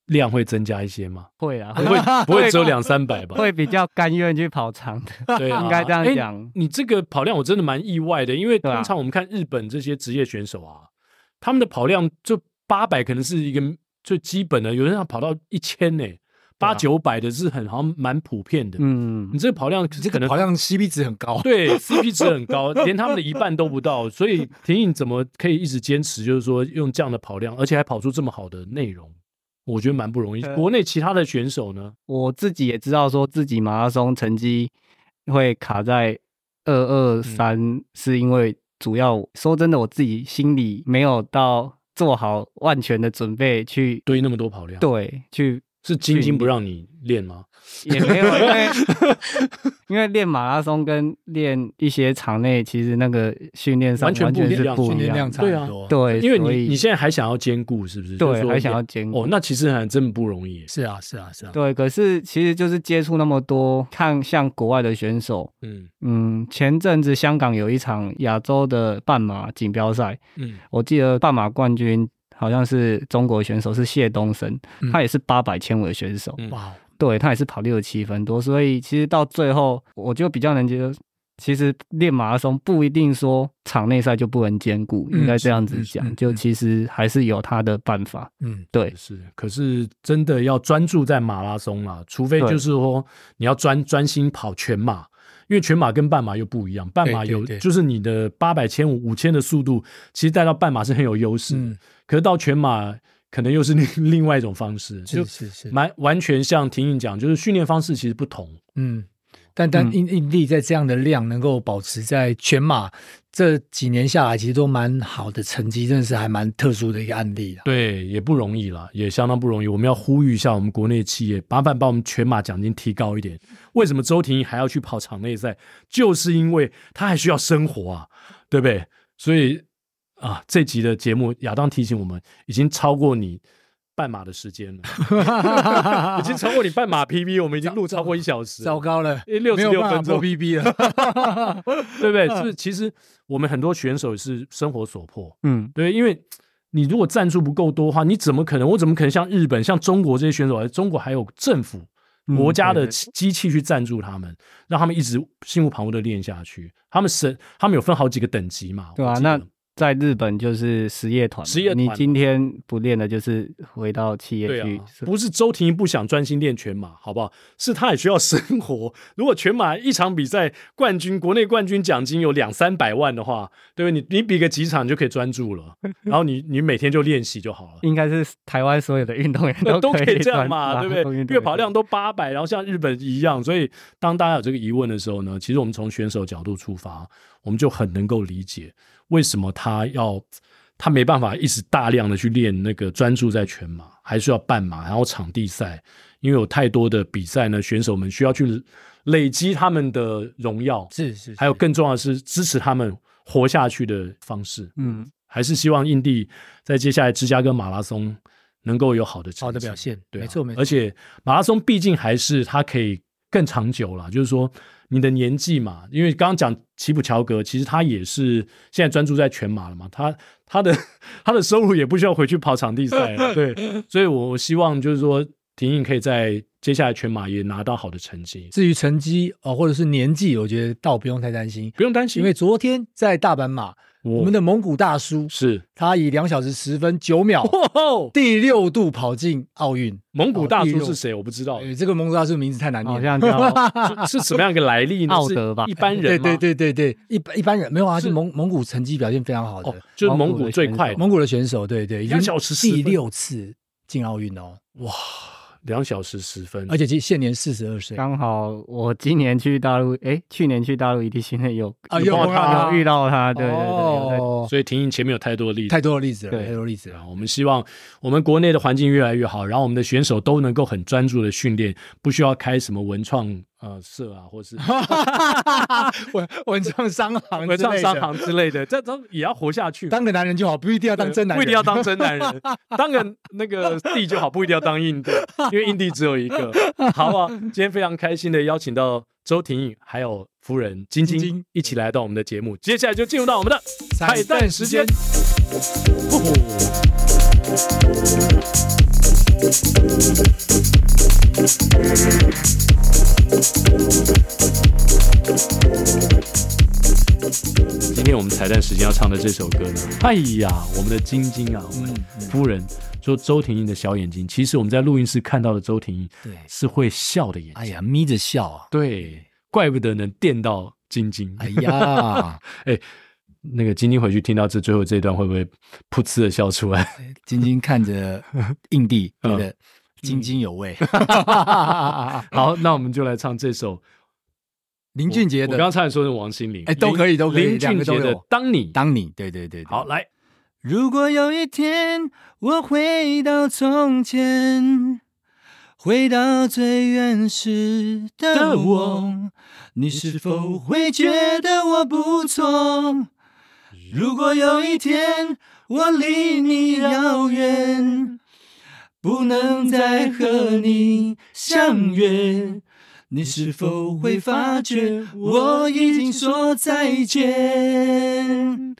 S1: 量会增加一些吗？
S4: 会啦，
S1: 不会 不会只有两三百吧？
S4: 会比较甘愿去跑长 的，
S1: 对啊，
S4: 应该这样
S1: 哎
S4: 讲
S1: 你这个跑量我真的蛮意外的，因为
S4: 对啊
S1: 通常我们看日本这些职业选手啊，他们的跑量就八百可能是一个最基本的，有人要跑到一千呢，八九百的是很好像蛮普遍的。
S4: 嗯
S1: 你，这个跑量这可能
S3: 好像 CP 值很 高，
S1: 对 CP 值很高，连他们的一半都不到，所以婷颖怎么可以一直坚持，就是说用这样的跑量，而且还跑出这么好的内容，我觉得蛮不容易。
S4: 呃
S1: 国内其他的选手呢，
S4: 我自己也知道，说自己马拉松成绩会卡在二
S1: 嗯
S4: 二三，是因为主要说真的，我自己心里没有到做好万全的准备去
S1: 堆那么多跑量，
S4: 对 去，
S1: 是晶晶不让你练吗？
S4: 也没有，因为因为练马拉松跟练一些场内，其实那个训练上
S1: 完全
S4: 完
S1: 不
S4: 全
S1: 一
S4: 是
S1: 样
S4: 不
S3: 训
S4: 一
S3: 练量
S4: 样的，
S3: 差
S1: 啊
S3: 很多。
S4: 对，
S1: 因为
S4: 所
S1: 你
S4: 以
S1: 你现在还想要兼顾，是不是？就是
S4: 对
S1: 说
S4: 还想要兼顾
S1: 哦，那其实还真不容易耶。
S3: 是啊是啊是啊，
S4: 对，可是其实就是接触那么多，看像国外的选手，
S1: 嗯
S4: 嗯，前阵子香港有一场亚洲的半马锦标赛，
S1: 嗯，
S4: 我记得半马冠军好像是中国选手是谢东升，
S3: 嗯
S4: 他也是八百千米的选手，
S1: 嗯
S3: 哇，
S4: 对他也是跑六十七分多，所以其实到最后我就比较能接受，其实练马拉松不一定说场内赛就不能兼顾，
S3: 嗯
S4: 应该这样子
S3: 是是
S4: 讲
S3: 嗯，
S4: 就
S3: 嗯
S4: 其实还是有他的办法。
S1: 嗯，
S4: 对
S1: 是。可是真的要专注在马拉松啦，除非
S4: 对
S1: 就是说你要专专心跑全马，因为全马跟半马又不一样，半马
S3: 对对
S1: 有
S3: 对
S1: 就是你的八百、千五、五千的速度，其实带到半马是很有优势的，
S3: 嗯
S1: 可是到全马可能又是另另外一种方式，就是
S3: 是是，
S1: 蛮完全像婷颖讲，就是训练方式其实不同。
S3: 嗯，但但
S4: 嗯
S3: 印印力在这样的量能够保持在全马这几年下来，其实都蛮好的成绩，真的是还蛮特殊的一个案例啦。啊
S1: 对，也不容易啦，也相当不容易。我们要呼吁一下我们国内企业，麻烦把我们全马奖金提高一点。为什么周婷还要去跑场内赛？就是因为她还需要生活啊，对不对？所以啊，这集的节目，亚当提醒我们，已经超过你半马的时间 了，已经超过你半马 PB，我们已经录超过一小时了，
S3: 糟糕了，
S1: 因为六
S3: 没
S1: 十
S3: 有
S1: 六
S3: 办法
S1: 分钟
S3: 破 PB 了。
S1: 对不对？就是其实我们很多选手也是生活所迫，
S4: 嗯，
S1: 对，因为你如果赞助不够多的话，你怎么可能？我怎么可能像日本、像中国这些选手？中国还有政府、
S4: 嗯
S1: 国家
S4: 对
S1: 的
S4: 对
S1: 机机器去赞助他们，让他们一直心无旁骛的练下去。他们是，他们有分好几个等级嘛？
S4: 对
S1: 我
S4: 啊，
S1: 记得
S4: 那在日本就是实业团嘛，
S1: 实业团
S4: 你
S1: 嘛
S4: 今天不练了，就是回到企业
S1: 对
S4: 去
S1: 啊，，不是周婷不想专心练全马，好不好？是她也需要生活。如果全马一场比赛冠军，国内冠军奖金有两三百万的话，对不对？你你比个几场你就可以专注了，然后你你每天就练习就好了。
S4: 应该是台湾所有的运动员
S1: 那 都
S4: 可
S1: 可以这样
S4: 穿
S1: 嘛，
S4: 马
S1: 对不
S4: 拉松
S1: 对
S4: 运？动
S1: 月跑
S4: 员
S1: 量都八百，然后像日本一样，所以当大家有这个疑问的时候呢，其实我们从选手角度出发，我们就很能够理解为什么他要他没办法一直大量的去练那个专注在全马，还需要半马，然后场地赛，因为有太多的比赛呢，选手们需要去累积他们的荣耀，
S3: 是是，
S1: 还有更重要的是支持他们活下去的方式。
S4: 嗯，
S1: 还是希望印地在接下来芝加哥马拉松能够有好的成
S3: 好的
S1: 绩
S3: 表现
S1: 对啊、
S3: 没错没错
S1: 而且马拉松毕竟还是它可以更长久啦，就是说你的年纪嘛，因为刚刚讲齐普乔格，其实他也是现在专注在全马了嘛，他他的 他的收入也不需要回去跑场地赛 了，对，所以我希望就是说婷颖可以在接下来全马也拿到好的成绩，
S3: 至于成绩哦，或者是年纪，我觉得倒不用太担心，
S1: 不用担心，
S3: 因为昨天在大阪马，
S1: 我
S3: 我们的蒙古大叔
S1: 是
S3: 他以两小时十分九秒
S1: 哦，
S3: 第六度跑进奥运。
S1: 蒙古大
S3: 哦第
S1: 叔
S3: 六
S1: 是谁？我不知道。哦
S3: 呃，这个蒙古大叔名字太难
S4: 好
S3: 念，
S4: 像叫
S1: 是是什么样一个来历呢？
S4: 奥德吧
S1: 是一般人吗？
S3: 对对对对对，一般一般人没有啊，
S1: 是
S3: 是蒙蒙古成绩表现非常好的
S1: 哦，就是蒙古最快的
S3: 蒙古的选手，对对，已经
S1: 两小时10
S3: 第
S1: 分
S3: 六次进奥运哦，
S1: 两小时十分，
S3: 而且其实现年四十二岁，
S4: 刚好我今年去大陆，哎，去年去大陆一地训练有
S3: 啊
S4: 有
S3: 有
S4: 碰
S3: 碰到
S4: 到
S3: 他
S4: 有遇到他，对对对有在，
S3: 哦，
S1: 所以婷颖前面有太多的例子
S3: 太。多的例子了，
S4: 对
S3: 太多的例子
S1: 然
S3: 了，
S1: 后我们希望我们国内的环境越来越好，然后我们的选手都能够很专注的训练，不需要开什么文创呃社啊，或 是
S3: 文文创商行，
S1: 文创商，行之类的，这都也要活下去。
S3: 当个男人就好，不一定要当真男
S1: 不
S3: 人，
S1: 一定要当真男人，当个那个地就好，不一定要当 印地，因为印地只有一个，好不好？今天非常开心的邀请到周婷颖还有夫人晶
S3: 晶
S1: 晶
S3: 晶
S1: 一起来到我们的节目，接下来就进入到我们的
S3: 彩蛋时间。
S1: 今天我们彩蛋时间要唱的这首歌呢，哎呀，我们的晶晶啊，
S3: 嗯
S1: 我们夫人说周婷颖的小眼睛，其实我们在录音室看到的周婷颖
S3: 对，
S1: 是会笑的眼睛，
S3: 哎呀，眯着笑啊，
S1: 对，怪不得能电到晶晶。
S3: 哎呀，
S1: 那个晶晶回去听到这最后这一段，会不会噗嗤的笑出 来？
S3: 晶晶看着印地，觉
S1: 嗯
S3: 得津津有味，
S1: 好，那我们就来唱这首
S3: 林俊杰
S1: 我刚
S3: 的
S1: 刚，差点说是王心凌，
S3: 哎都可以都可以
S1: 林俊
S3: 两个都
S1: 杰
S3: 有
S1: 的《当你》。
S3: 当你，对对对，对
S1: 好，来，
S6: 如果有一天我回到从前，回到最原始的我，你是否会觉得我不错？如果有一天我离你遥远，不能再和你相约，你是否会发觉我已经说再见？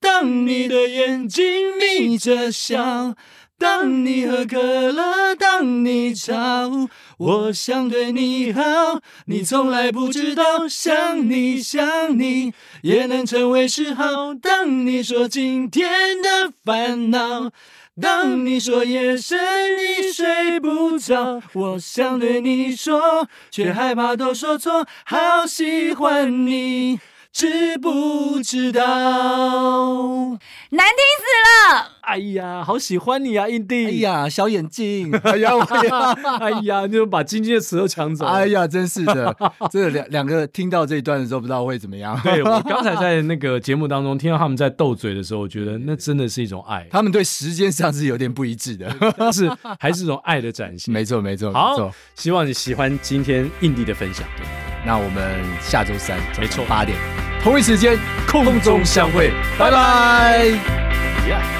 S6: 当你的眼睛眯着笑，
S1: 当你喝可乐，当你吵，我想对你好，你从来不知道，想你想你也能成为嗜好。当你说今天的烦恼，当你说夜深你睡不着，我想对你说，却害怕都说错，好喜欢你，知不知道？
S5: 难听死了。
S7: 哎呀，好喜欢你啊，印
S3: 哎
S7: 弟！
S3: 呀，小眼 镜，哎呀，哎呀，
S7: 哎呀，你就把晶晶的词都抢走了。
S3: 哎呀，真是的，这两两个听到这一段的时候，不知道会怎么样。
S7: 对我刚才在那个节目当中听到他们在斗嘴的时候，我觉得那真的是一种 爱，
S3: 他们对时间上是有点不一致的。
S7: 但是还是一种爱的展现。
S3: 没错，没错，没
S7: 好
S3: 错。，
S7: 希望你喜欢今天印地的分享。
S3: 那我们下周三，
S7: 没错
S3: 八点，同一时间空中相会，拜拜。
S7: Yeah.